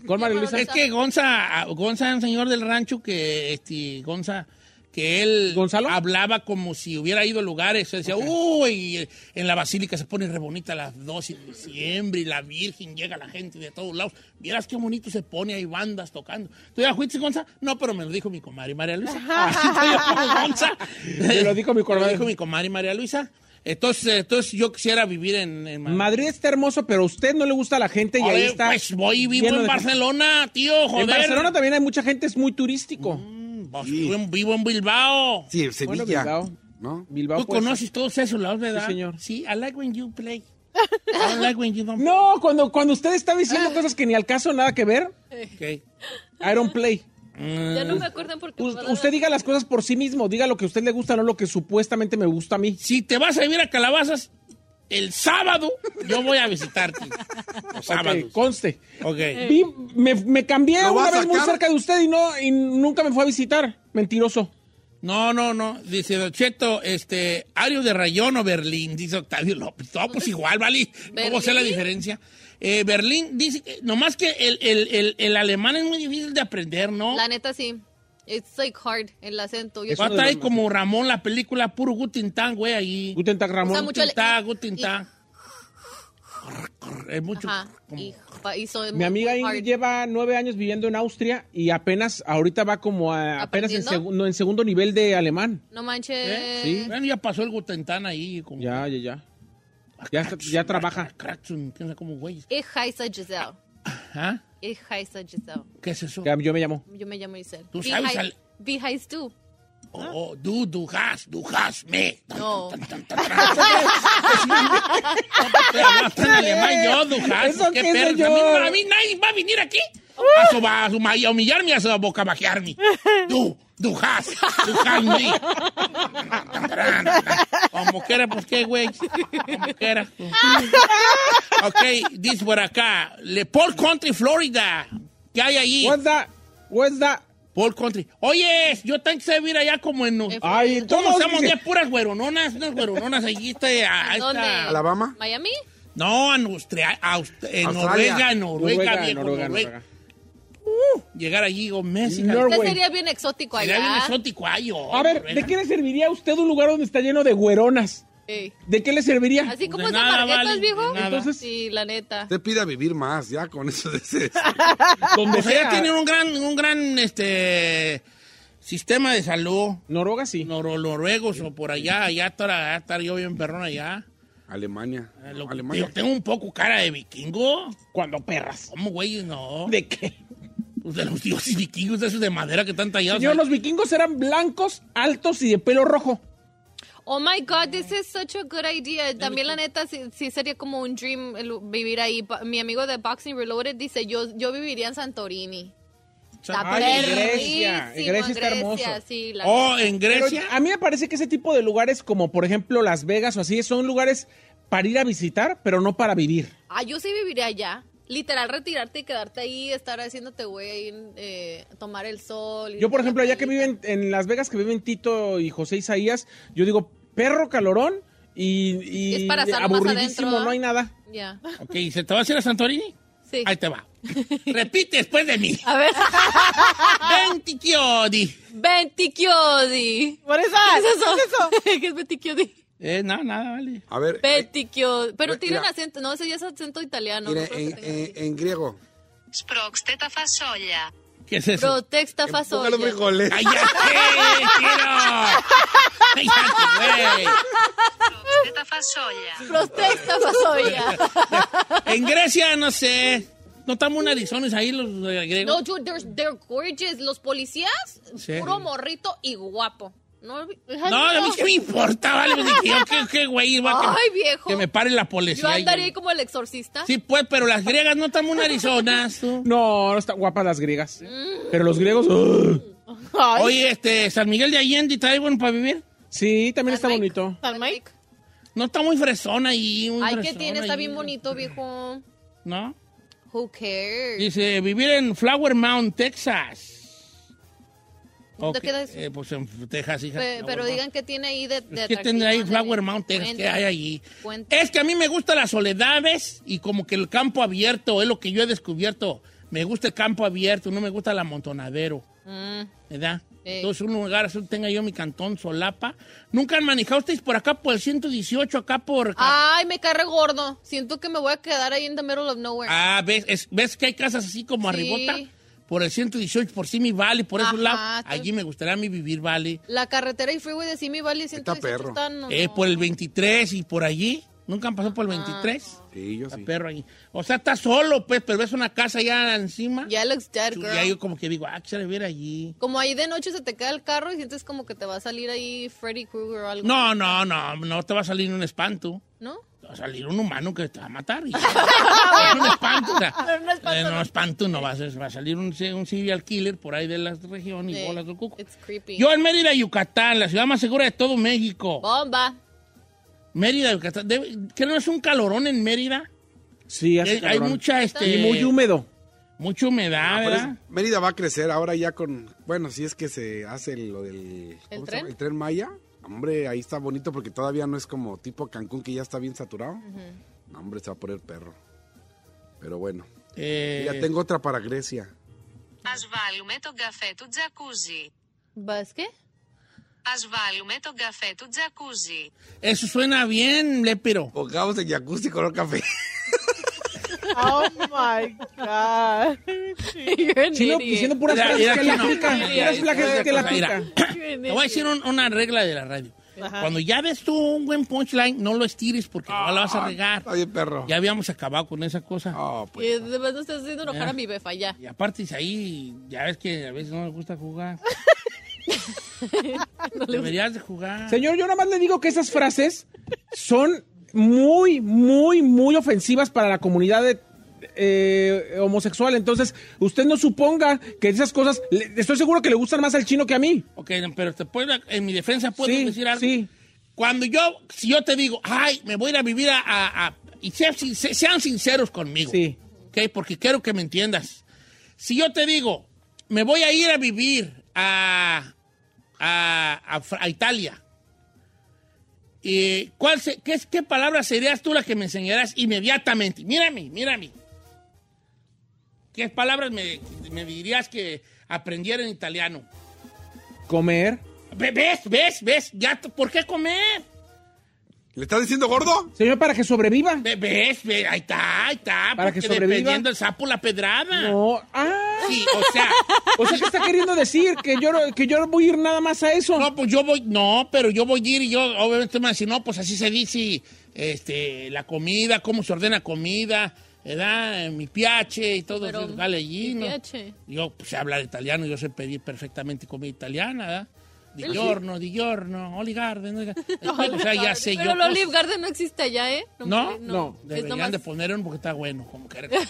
[SPEAKER 2] ¿Cuál María Luisa?
[SPEAKER 1] Es que Gonza, a- Gonza es un señor del rancho que, este, Gonza, que él
[SPEAKER 2] ¿Gonzalo?
[SPEAKER 1] hablaba como si hubiera ido a lugares. Decía, uy, eh, en la basílica se pone re bonita a las 12 de diciembre y la Virgen llega a la gente de todos lados. Vieras qué bonito se pone, hay bandas tocando. ¿Tú ya fuiste, Gonza? No, pero me lo dijo mi comadre María Luisa. Así estoy yo como Gonza.
[SPEAKER 2] Me lo dijo mi
[SPEAKER 1] Me
[SPEAKER 2] comadre.
[SPEAKER 1] lo dijo mi comadre María Luisa. Entonces, entonces yo quisiera vivir en, en Madrid.
[SPEAKER 2] Madrid está hermoso, pero a usted no le gusta la gente y
[SPEAKER 1] Oye,
[SPEAKER 2] ahí está.
[SPEAKER 1] Pues voy y vivo
[SPEAKER 2] lleno
[SPEAKER 1] en
[SPEAKER 2] de-
[SPEAKER 1] Barcelona, tío, joder.
[SPEAKER 2] En Barcelona también hay mucha gente, es muy turístico.
[SPEAKER 1] Pues, vivo, en, vivo en Bilbao.
[SPEAKER 4] Sí, Sevilla.
[SPEAKER 2] Bilbao.
[SPEAKER 4] ¿No?
[SPEAKER 2] Bilbao.
[SPEAKER 1] Tú
[SPEAKER 2] puede ser.
[SPEAKER 1] conoces todos esos lados, ¿verdad?
[SPEAKER 2] pues, Sí, señor.
[SPEAKER 1] Sí, I like when you play. I like when you don't
[SPEAKER 2] No, cuando, cuando usted está
[SPEAKER 5] Ah.
[SPEAKER 2] diciendo cosas que ni al caso nada que ver,
[SPEAKER 1] play. Ok.
[SPEAKER 2] Iron Play.
[SPEAKER 5] Ya no me acuerdan porque... me va a
[SPEAKER 2] U-
[SPEAKER 5] dar
[SPEAKER 2] usted
[SPEAKER 5] la-
[SPEAKER 2] diga las cosas por sí mismo, diga lo que a usted le gusta, no lo que supuestamente me gusta a mí.
[SPEAKER 1] Si te vas a vivir a Calabazas, el sábado yo voy a visitarte. Los sábados.
[SPEAKER 2] Ok, conste.
[SPEAKER 1] Ok.
[SPEAKER 2] Vi- me, me cambié
[SPEAKER 4] ¿Lo
[SPEAKER 2] una
[SPEAKER 4] va a
[SPEAKER 2] vez muy
[SPEAKER 4] sacar?
[SPEAKER 2] cerca de usted y no y nunca me fue a visitar. Mentiroso.
[SPEAKER 1] No, no, no. Dice Don Cheto, este, Ario de Rayón o Berlín, dice Octavio López. No, pues igual, ¿vale? ¿Cómo sé la
[SPEAKER 5] ¿Berlín?
[SPEAKER 1] diferencia? Eh, Berlín dice, que- nomás que el, el- el- el alemán es muy difícil de aprender, ¿no?
[SPEAKER 5] La neta, sí. It's like hard, el acento. Yo
[SPEAKER 2] Es
[SPEAKER 1] Va a
[SPEAKER 2] uno
[SPEAKER 1] estar
[SPEAKER 2] de
[SPEAKER 1] ahí
[SPEAKER 2] los
[SPEAKER 1] como Ramón, la película puro Guten Tag, güey, ahí.
[SPEAKER 2] Guten Tag, Ramón.
[SPEAKER 5] Usa mucho el-
[SPEAKER 1] Guten Tag, Guten Tag. Es mucho.
[SPEAKER 5] Ajá.
[SPEAKER 1] como-
[SPEAKER 5] Y, pa- y soy
[SPEAKER 2] Mi
[SPEAKER 5] muy
[SPEAKER 2] amiga Ingrid
[SPEAKER 5] hard.
[SPEAKER 2] lleva nueve años viviendo en Austria y apenas, ahorita va como a- apenas en,
[SPEAKER 5] ¿Aprendiendo?
[SPEAKER 2] segundo en segundo nivel de alemán.
[SPEAKER 5] No manches.
[SPEAKER 1] ¿Eh?
[SPEAKER 2] Sí.
[SPEAKER 1] Bueno, ya pasó el Guten Tag ahí. Como,
[SPEAKER 2] Ya, ya, ya. Ya, está- ya trabaja.
[SPEAKER 1] Craxun, quién sabe cómo, güey.
[SPEAKER 5] Ich heiße Giselle.
[SPEAKER 1] Ajá.
[SPEAKER 5] Ich heiße Giselle.
[SPEAKER 1] ¿Qué es eso?
[SPEAKER 2] Ah. Ya, Yo me llamo.
[SPEAKER 5] Yo me llamo Giselle.
[SPEAKER 1] Tú
[SPEAKER 5] Wie
[SPEAKER 1] sabes
[SPEAKER 5] hei-
[SPEAKER 1] al-
[SPEAKER 5] Wie heißt du?
[SPEAKER 1] Oh, oh, du, du has, du has me.
[SPEAKER 5] No.
[SPEAKER 1] Hablaste en alemán yo, du has.
[SPEAKER 2] ¿Eso
[SPEAKER 1] Qué
[SPEAKER 2] qué,
[SPEAKER 1] perro. A mí,
[SPEAKER 2] señor?
[SPEAKER 1] a mí nadie va a venir aquí a, su, a, su- a humillarme, a, su, a bocavajearme. Du, du has, du has me. Como quiera, pues qué, güey. Como quiera. pues. Ok, dice por acá. Le Paul Country, Florida. ¿Qué hay ahí?
[SPEAKER 2] What's that? What's that?
[SPEAKER 1] Paul Country. Oye, yo tengo que vivir allá como en...
[SPEAKER 2] Ay,
[SPEAKER 1] ¿Cómo
[SPEAKER 2] todos
[SPEAKER 1] estamos
[SPEAKER 2] dicen-
[SPEAKER 1] de puras güerononas? Unas güerononas allí está. ah, ahí
[SPEAKER 5] ¿Dónde?
[SPEAKER 1] está.
[SPEAKER 4] ¿Alabama?
[SPEAKER 5] ¿Miami?
[SPEAKER 1] No, en, Austria- Aust- en
[SPEAKER 4] Australia.
[SPEAKER 1] Noruega, en Noruega,
[SPEAKER 2] Noruega,
[SPEAKER 1] viejo,
[SPEAKER 2] Noruega,
[SPEAKER 1] Noruega.
[SPEAKER 2] Noruega.
[SPEAKER 1] Llegar allí o México.
[SPEAKER 2] Nor-
[SPEAKER 5] Usted
[SPEAKER 2] güey.
[SPEAKER 5] sería bien exótico allá.
[SPEAKER 1] Sería bien exótico ay, yo,
[SPEAKER 2] A ver,
[SPEAKER 1] Noruega.
[SPEAKER 2] ¿de qué le serviría a usted un lugar donde está lleno de güeronas?
[SPEAKER 5] Ey.
[SPEAKER 2] ¿De qué le serviría?
[SPEAKER 5] Así como
[SPEAKER 1] de
[SPEAKER 5] es de
[SPEAKER 1] nada,
[SPEAKER 5] marguetas,
[SPEAKER 1] vale, de
[SPEAKER 5] viejo.
[SPEAKER 1] nada.
[SPEAKER 2] Entonces-
[SPEAKER 5] sí, la neta.
[SPEAKER 4] Te pide a vivir más, ya con eso de ese.
[SPEAKER 2] Donde
[SPEAKER 1] O sea, ya
[SPEAKER 2] sea.
[SPEAKER 1] tienen un gran, un gran este, sistema de salud.
[SPEAKER 2] Noruega sí.
[SPEAKER 1] Noro- noruegos o por allá, allá estar, estar yo bien perrón allá.
[SPEAKER 4] Alemania.
[SPEAKER 1] Eh, lo-
[SPEAKER 4] Alemania.
[SPEAKER 1] yo tengo un poco cara de vikingo.
[SPEAKER 2] Cuando perras.
[SPEAKER 1] ¿Cómo, güey? No.
[SPEAKER 2] ¿De qué?
[SPEAKER 1] Pues de los dioses vikingos, de esos de madera que están tallados.
[SPEAKER 2] Señor,
[SPEAKER 1] ahí.
[SPEAKER 2] los vikingos eran blancos, altos y de pelo rojo.
[SPEAKER 5] Oh my God, this is such a good idea. También la neta sí, sí sería como un dream el- vivir ahí. Pa- Mi amigo de Boxing Reloaded dice, yo, yo viviría en Santorini. Está
[SPEAKER 2] Ay,
[SPEAKER 5] perrísimo
[SPEAKER 2] Grecia. Grecia está hermoso.
[SPEAKER 5] sí, la
[SPEAKER 1] Oh, en
[SPEAKER 2] Pero
[SPEAKER 1] Grecia.
[SPEAKER 2] a mí me parece que ese tipo de lugares, como por ejemplo Las Vegas o así, son lugares para ir a visitar, pero no para vivir.
[SPEAKER 5] Ah, yo sí viviría allá. Literal, retirarte y quedarte ahí, estar haciéndote güey, ahí, eh, tomar el sol. ir
[SPEAKER 2] Yo, por
[SPEAKER 5] a la
[SPEAKER 2] ejemplo, allá que
[SPEAKER 5] playa.
[SPEAKER 2] viven en Las Vegas, que viven Tito y José Isaías, yo digo, perro calorón y, y
[SPEAKER 5] Es para estar más
[SPEAKER 2] aburridísimo,
[SPEAKER 5] adentro, ¿ah?
[SPEAKER 2] no hay nada.
[SPEAKER 5] Ya.
[SPEAKER 1] Ok, ¿se te va a hacer a Santorini?
[SPEAKER 5] Sí.
[SPEAKER 1] Ahí te va. Repite después de mí.
[SPEAKER 5] A ver.
[SPEAKER 1] Ventichiodi.
[SPEAKER 5] Bentichiodi.
[SPEAKER 3] What is that?
[SPEAKER 5] ¿Qué es eso?
[SPEAKER 3] Ah, ¿Qué es eso?
[SPEAKER 5] ¿Qué es Bentichiodi?
[SPEAKER 1] Eh, no, nada, vale.
[SPEAKER 4] A ver, eh,
[SPEAKER 5] Bentichiodi. Pero
[SPEAKER 4] Mira.
[SPEAKER 5] tienen acento. No, ese ya es acento italiano.
[SPEAKER 4] mira,
[SPEAKER 5] no
[SPEAKER 1] eh,
[SPEAKER 5] creo que
[SPEAKER 4] en,
[SPEAKER 5] tenga
[SPEAKER 4] en-
[SPEAKER 5] aquí.
[SPEAKER 4] en griego.
[SPEAKER 6] Sproxteta fasolla.
[SPEAKER 1] ¿Qué es eso?
[SPEAKER 5] Protesta
[SPEAKER 4] Ponga
[SPEAKER 5] fasolla.
[SPEAKER 4] los frijoles.
[SPEAKER 1] ¡Ay, ya sé! ¡Quiero! ¡Ay, ya sé,
[SPEAKER 6] Sproxteta fasolla.
[SPEAKER 5] Protesta fasolla.
[SPEAKER 1] güey! En Grecia, no sé. ¿No estamos en Arizona ahí los eh,
[SPEAKER 5] No,
[SPEAKER 1] griegos?
[SPEAKER 5] dude, they're, they're gorgeous. Los policías,
[SPEAKER 1] Sí.
[SPEAKER 5] puro morrito y guapo. No,
[SPEAKER 1] No, a mí qué me importa, vale. Pues, dije, yo qué, qué güey, va que-
[SPEAKER 5] Ay, viejo.
[SPEAKER 1] Que me pare la policía.
[SPEAKER 5] Yo andaría
[SPEAKER 1] ahí.
[SPEAKER 5] ahí como el exorcista.
[SPEAKER 1] Sí, pues, pero las griegas no estamos en Arizona. tú.
[SPEAKER 2] No, no están guapas las griegas.
[SPEAKER 5] Mm.
[SPEAKER 2] Pero los griegos, ¡ugh!
[SPEAKER 3] Ay,
[SPEAKER 1] Oye, este, San Miguel de Allende, ¿está ahí bueno para vivir?
[SPEAKER 2] sí, también está
[SPEAKER 5] Ay,
[SPEAKER 2] bonito.
[SPEAKER 3] San Mike.
[SPEAKER 1] No está muy fresona ahí. muy
[SPEAKER 5] Ay, ¿qué
[SPEAKER 1] fresona
[SPEAKER 5] tiene? Está
[SPEAKER 1] ahí.
[SPEAKER 5] bien bonito, viejo.
[SPEAKER 1] ¿No?
[SPEAKER 5] Who cares?
[SPEAKER 1] Dice, vivir en Flower Mound, Texas.
[SPEAKER 5] ¿Dónde
[SPEAKER 1] Ok,
[SPEAKER 5] queda eso?
[SPEAKER 1] eh, pues en Texas, hija.
[SPEAKER 5] Pe-
[SPEAKER 1] Flower
[SPEAKER 5] pero
[SPEAKER 1] Mound.
[SPEAKER 5] digan qué tiene ahí de, de
[SPEAKER 1] ¿Qué
[SPEAKER 5] atractivo,
[SPEAKER 1] tendrá ahí
[SPEAKER 5] ándale.
[SPEAKER 1] Flower Mountain? Texas? ¿Qué
[SPEAKER 5] Cuenta.
[SPEAKER 1] hay allí?
[SPEAKER 5] Cuenta.
[SPEAKER 1] Es que a mí me gusta la soledad, ¿ves? Y como que el campo abierto es lo que yo he descubierto. Me gusta el campo abierto, no me gusta el amontonadero,
[SPEAKER 5] Mm.
[SPEAKER 1] ¿verdad?
[SPEAKER 5] Ey.
[SPEAKER 1] Entonces un lugar así tenga yo mi cantón solapa. ¿Nunca han manejado ustedes por acá, por el 118, acá por...
[SPEAKER 5] Ay, me carre gordo. Siento que me voy a quedar ahí en the middle of nowhere.
[SPEAKER 1] Ah, ¿ves, Es- ves que hay casas así como
[SPEAKER 5] Sí.
[SPEAKER 1] arribota? Por el 118, por Simi Valley, por esos
[SPEAKER 5] Ajá,
[SPEAKER 1] lados.
[SPEAKER 5] tú-
[SPEAKER 1] Allí me gustaría a mí vivir Valley.
[SPEAKER 5] La carretera y freeway de Simi Valley siento
[SPEAKER 4] Está perro.
[SPEAKER 1] Eh, por el 23 y por allí. ¿Nunca han pasado por el 23?
[SPEAKER 4] Sí, yo
[SPEAKER 1] Está
[SPEAKER 4] sí.
[SPEAKER 1] perro ahí. O sea, está solo, pues, pero ves una casa allá encima.
[SPEAKER 5] Ya looks dead,
[SPEAKER 1] Y
[SPEAKER 5] girl.
[SPEAKER 1] ahí yo como que digo, ah, quisiera vivir allí.
[SPEAKER 5] Como ahí de noche se te cae el carro y sientes como que te va a salir ahí Freddy Krueger o algo.
[SPEAKER 1] No, no, no, no te va a salir un espanto.
[SPEAKER 5] ¿No?
[SPEAKER 1] Te va a salir un humano que te va a matar. y- Pero un espanto, o sea,
[SPEAKER 5] Pero un espanto
[SPEAKER 1] eh, no,
[SPEAKER 5] no.
[SPEAKER 1] espanto no va a ser. Va a salir un, se- un serial killer por ahí de la región y
[SPEAKER 5] Sí.
[SPEAKER 1] bolas de cuco.
[SPEAKER 5] It's creepy.
[SPEAKER 1] Yo en Mérida, Yucatán, la ciudad más segura de todo México.
[SPEAKER 5] Bomba.
[SPEAKER 1] Mérida, Yucatán. Debe- ¿Qué no es un calorón en Mérida?
[SPEAKER 2] Sí,
[SPEAKER 1] Eh,
[SPEAKER 2] hace
[SPEAKER 1] Hay
[SPEAKER 2] calorón.
[SPEAKER 1] mucha, este...
[SPEAKER 2] Y muy húmedo.
[SPEAKER 1] Mucha humedad,
[SPEAKER 4] Ah, pero
[SPEAKER 1] ¿verdad?
[SPEAKER 4] es- Mérida va a crecer ahora ya con. Bueno, si es que se hace lo del. ¿cómo se llama?
[SPEAKER 5] tren?
[SPEAKER 4] El tren Maya. Hombre, ahí está bonito porque todavía no es como tipo Cancún que ya está bien saturado. No, hombre, se va a poner perro. Pero bueno.
[SPEAKER 1] Eh,
[SPEAKER 4] Ya tengo otra para Grecia.
[SPEAKER 6] Ας βάλουμε τον καφέ του τζακούζι.
[SPEAKER 5] ¿Vas qué?
[SPEAKER 6] Ας βάλουμε τον καφέ του τζακούζι.
[SPEAKER 1] Eso suena bien, Lépiro.
[SPEAKER 4] Pongamos el jacuzzi color café.
[SPEAKER 3] Oh my God.
[SPEAKER 5] You're an
[SPEAKER 2] Sí, no,
[SPEAKER 5] idiot.
[SPEAKER 2] diciendo puras
[SPEAKER 1] Mira,
[SPEAKER 2] frases
[SPEAKER 1] mira
[SPEAKER 2] que
[SPEAKER 1] que
[SPEAKER 2] la
[SPEAKER 1] no.
[SPEAKER 2] aplican.
[SPEAKER 1] Mira,
[SPEAKER 2] Puras
[SPEAKER 1] mira,
[SPEAKER 2] frases que la
[SPEAKER 1] mira.
[SPEAKER 2] aplican.
[SPEAKER 5] You're an
[SPEAKER 1] Te voy a decir un- una regla de la radio. Cuando ya ves tú un buen punchline, no lo estires porque no la vas a regar.
[SPEAKER 4] Está bien, perro.
[SPEAKER 1] Ya habíamos acabado con esa cosa.
[SPEAKER 4] Oh, pues.
[SPEAKER 5] idiot. Y además no estás haciendo enojar
[SPEAKER 1] Ya.
[SPEAKER 5] a mi befa ya.
[SPEAKER 1] Y aparte, ahí ya ves que a veces no le gusta jugar. Deberías de jugar.
[SPEAKER 2] Señor, yo nada más le digo que esas frases son muy, muy, muy ofensivas para la comunidad de- eh, homosexual. Entonces, usted no suponga que esas cosas, le- estoy seguro que le gustan más al chino que a mí.
[SPEAKER 1] Ok, pero te puedo, en mi defensa puedo
[SPEAKER 2] Sí,
[SPEAKER 1] decir algo.
[SPEAKER 2] sí.
[SPEAKER 1] Cuando yo, si yo te digo, ay, me voy a ir a vivir a... a- a-" y sea- se- sean, sinceros conmigo.
[SPEAKER 2] Sí.
[SPEAKER 1] Ok, porque quiero que me entiendas. Si yo te digo, me voy a ir a vivir a, a, a Fra- a Italia, eh, ¿cuál se- qué, ¿qué palabra serías tú la que me enseñarás inmediatamente? Mírame, mírame. ¿Qué palabras me, me dirías que aprendiera en italiano?
[SPEAKER 2] Comer.
[SPEAKER 1] Ve- ¿Ves? ¿Ves? ¿Ves? Ya, t- ¿Por qué comer?
[SPEAKER 4] ¿Le estás diciendo gordo?
[SPEAKER 2] Señor, para que sobreviva.
[SPEAKER 1] Ve- ¿Ves? ve- Ahí está, ahí está.
[SPEAKER 2] Para que
[SPEAKER 1] porque
[SPEAKER 2] sobreviva.
[SPEAKER 1] dependiendo el sapo la pedrada.
[SPEAKER 2] No. Ah.
[SPEAKER 1] Sí, o sea,
[SPEAKER 2] O sea, ¿qué está queriendo decir? Que yo, no- que yo no voy a ir nada más a eso.
[SPEAKER 1] no, pues yo voy, no, pero yo voy a ir y yo, obviamente, me decir, no, pues así se dice este, la comida, cómo se ordena comida, ¿verdad? Eh, Mi piache y todo
[SPEAKER 5] Pero,
[SPEAKER 1] eso, vale allí,
[SPEAKER 5] mi
[SPEAKER 1] ¿no?
[SPEAKER 5] piache.
[SPEAKER 1] Yo pues, sé hablar italiano, yo sé pedir perfectamente comida italiana, ¿verdad? Di giorno, di giorno, Olive Garden. Olive Garden. Pues, o sea, ya sé yo.
[SPEAKER 5] Pero el
[SPEAKER 1] cosas.
[SPEAKER 5] Olive Garden no existe allá, ¿eh?
[SPEAKER 1] No,
[SPEAKER 2] no.
[SPEAKER 5] Es
[SPEAKER 1] Deberían
[SPEAKER 5] nomás-
[SPEAKER 1] de poner uno porque está bueno, como que
[SPEAKER 4] Pegaría,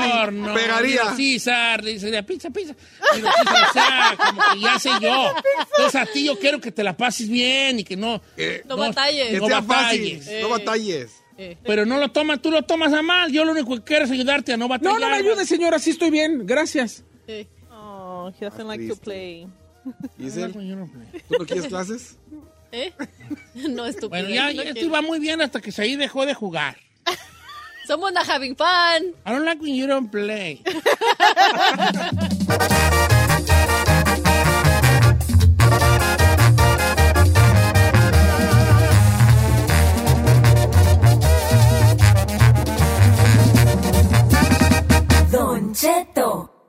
[SPEAKER 4] Lin,
[SPEAKER 1] Horno,
[SPEAKER 4] pegaría.
[SPEAKER 1] digo, César, le dice, la pizza, pizza. Digo, pizza, o sea, como que ya sé yo. Entonces a ti yo quiero que te la pases bien y que no...
[SPEAKER 4] Que-
[SPEAKER 5] No batalles.
[SPEAKER 4] Que
[SPEAKER 1] no
[SPEAKER 4] sea
[SPEAKER 1] batalles.
[SPEAKER 4] fácil, no batalles.
[SPEAKER 1] Pero no lo tomas, tú lo tomas a mal. Yo lo único que quiero es ayudarte a no batallar.
[SPEAKER 2] No, no me ayude, señora, sí estoy bien, gracias.
[SPEAKER 5] Sí.
[SPEAKER 3] Oh, he doesn't like to
[SPEAKER 4] triste.
[SPEAKER 3] play.
[SPEAKER 4] Giselle, ¿tú no quieres clases?
[SPEAKER 5] ¿Eh? No, estúpido.
[SPEAKER 1] Bueno, ya,
[SPEAKER 5] yo no
[SPEAKER 1] ya esto
[SPEAKER 5] quiero.
[SPEAKER 1] iba muy bien hasta que Saí dejó de jugar.
[SPEAKER 5] Somos la having fun.
[SPEAKER 1] I don't like when you don't play.
[SPEAKER 7] Don Cheto,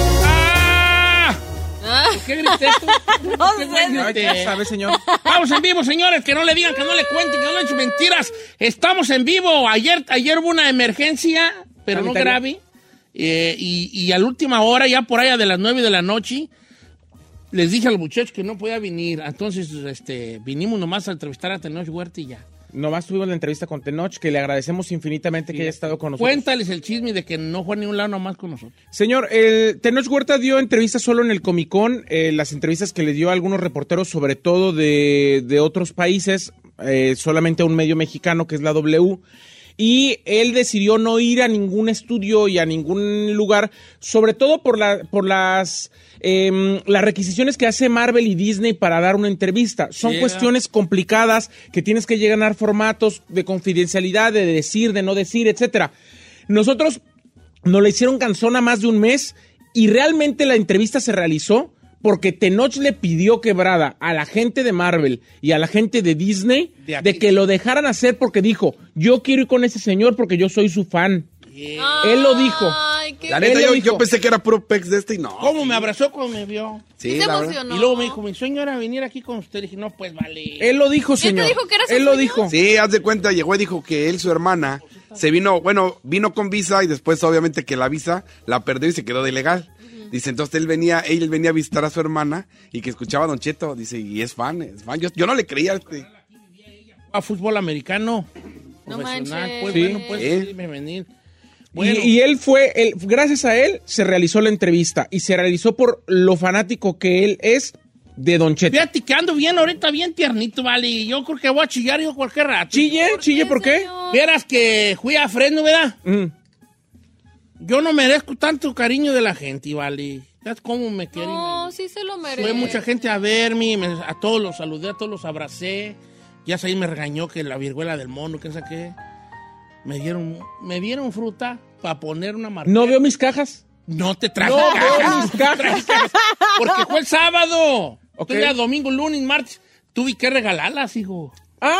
[SPEAKER 1] ¡Ah!
[SPEAKER 5] Ah,
[SPEAKER 1] ¿Qué grité tú? ¿Qué güey
[SPEAKER 2] Ay,
[SPEAKER 1] grité?
[SPEAKER 2] ya sabe, señor.
[SPEAKER 1] Vamos en vivo, señores, que no le digan, que no le cuenten, que no le echen mentiras. Estamos en vivo. Ayer, ayer hubo una emergencia, pero no
[SPEAKER 2] Sanitaria.
[SPEAKER 1] grave. Eh, y, y a la última hora, ya por allá de las 9 de la noche, les dije a los muchachos que no podía venir. Entonces, este, vinimos nomás a entrevistar a Tenoch Huerta y ya.
[SPEAKER 2] Nomás tuvimos la entrevista con Tenoch, que le agradecemos infinitamente que haya estado con nosotros.
[SPEAKER 1] Cuéntales el chisme de que no fue a ningún lado nomás con nosotros.
[SPEAKER 2] Señor, el Tenoch Huerta dio entrevistas solo en el Comic Con, eh, las entrevistas que le dio a algunos reporteros, sobre todo de, de otros países, eh, solamente a un medio mexicano que es la W. Y él decidió no ir a ningún estudio y a ningún lugar, sobre todo por, la, por las, em, las requisiciones que hace Marvel y Disney para dar una entrevista. Son
[SPEAKER 1] Sí,
[SPEAKER 2] cuestiones complicadas que tienes que llegar a formatos de confidencialidad, de decir, de no decir, etcétera. Nosotros nos la hicieron canzón a más de un mes y realmente la entrevista se realizó porque Tenoch le pidió quebrada a la gente de Marvel y a la gente de Disney
[SPEAKER 1] De
[SPEAKER 2] de,
[SPEAKER 1] aquí.
[SPEAKER 2] que lo dejaran hacer porque dijo, yo quiero ir con ese señor porque yo soy su fan. Él lo dijo.
[SPEAKER 5] Ay, qué
[SPEAKER 4] La neta,
[SPEAKER 2] Él lo
[SPEAKER 4] yo,
[SPEAKER 2] dijo.
[SPEAKER 4] yo pensé que era puro pex de este y no.
[SPEAKER 1] ¿Cómo me abrazó cuando me vio?
[SPEAKER 5] sí
[SPEAKER 4] Sí,
[SPEAKER 5] se
[SPEAKER 4] la verdad.
[SPEAKER 5] emocionó.
[SPEAKER 1] Y luego me dijo, mi sueño era venir aquí con usted. Y dije, no, pues vale.
[SPEAKER 2] Él lo dijo,
[SPEAKER 5] te
[SPEAKER 2] señor.
[SPEAKER 5] dijo que era su
[SPEAKER 2] Él lo
[SPEAKER 5] señor?
[SPEAKER 2] dijo.
[SPEAKER 4] Sí, haz de cuenta, llegó y dijo que él, su hermana, se vino, bueno, vino con visa y después obviamente que la visa la perdió y se quedó de legal. Dice, entonces él venía, él venía a visitar a su hermana y que escuchaba a Don Cheto. Dice, y es fan, es fan. Yo, yo no le creía. Este.
[SPEAKER 1] A fútbol americano.
[SPEAKER 5] No
[SPEAKER 1] profesional.
[SPEAKER 5] manches.
[SPEAKER 1] Pues
[SPEAKER 2] Sí.
[SPEAKER 1] bueno, pues
[SPEAKER 4] ¿Eh?
[SPEAKER 1] sí, me venir.
[SPEAKER 2] Y, este y él fue, él- gracias a él se realizó la entrevista y se realizó por lo fanático que él es de Don Cheto.
[SPEAKER 1] Fíjate que ando bien ahorita, bien tiernito, vale. Yo creo que voy a chillar yo cualquier rato.
[SPEAKER 2] Chille, chille, ¿por qué?
[SPEAKER 5] señor?
[SPEAKER 1] Vieras que fui a Fresno, ¿verdad?
[SPEAKER 2] Mm.
[SPEAKER 1] Yo no merezco tanto cariño de la gente, vale. ¿Sabes cómo me quieren?
[SPEAKER 5] No, sí se lo merece.
[SPEAKER 1] Fue mucha gente a verme, me- a todos los saludé, a todos los abracé. Ya ahí me regañó que la viruela del mono, que saqué. Me dieron, me dieron fruta para poner una marca.
[SPEAKER 2] No veo mis cajas.
[SPEAKER 1] No te traje
[SPEAKER 2] No,
[SPEAKER 1] cajas,
[SPEAKER 2] mis
[SPEAKER 1] no te traje cajas, Porque fue el sábado.
[SPEAKER 2] Ok.
[SPEAKER 1] Entonces, era domingo, lunes, martes. Tuve que regalarlas, hijo.
[SPEAKER 2] ¡Ah!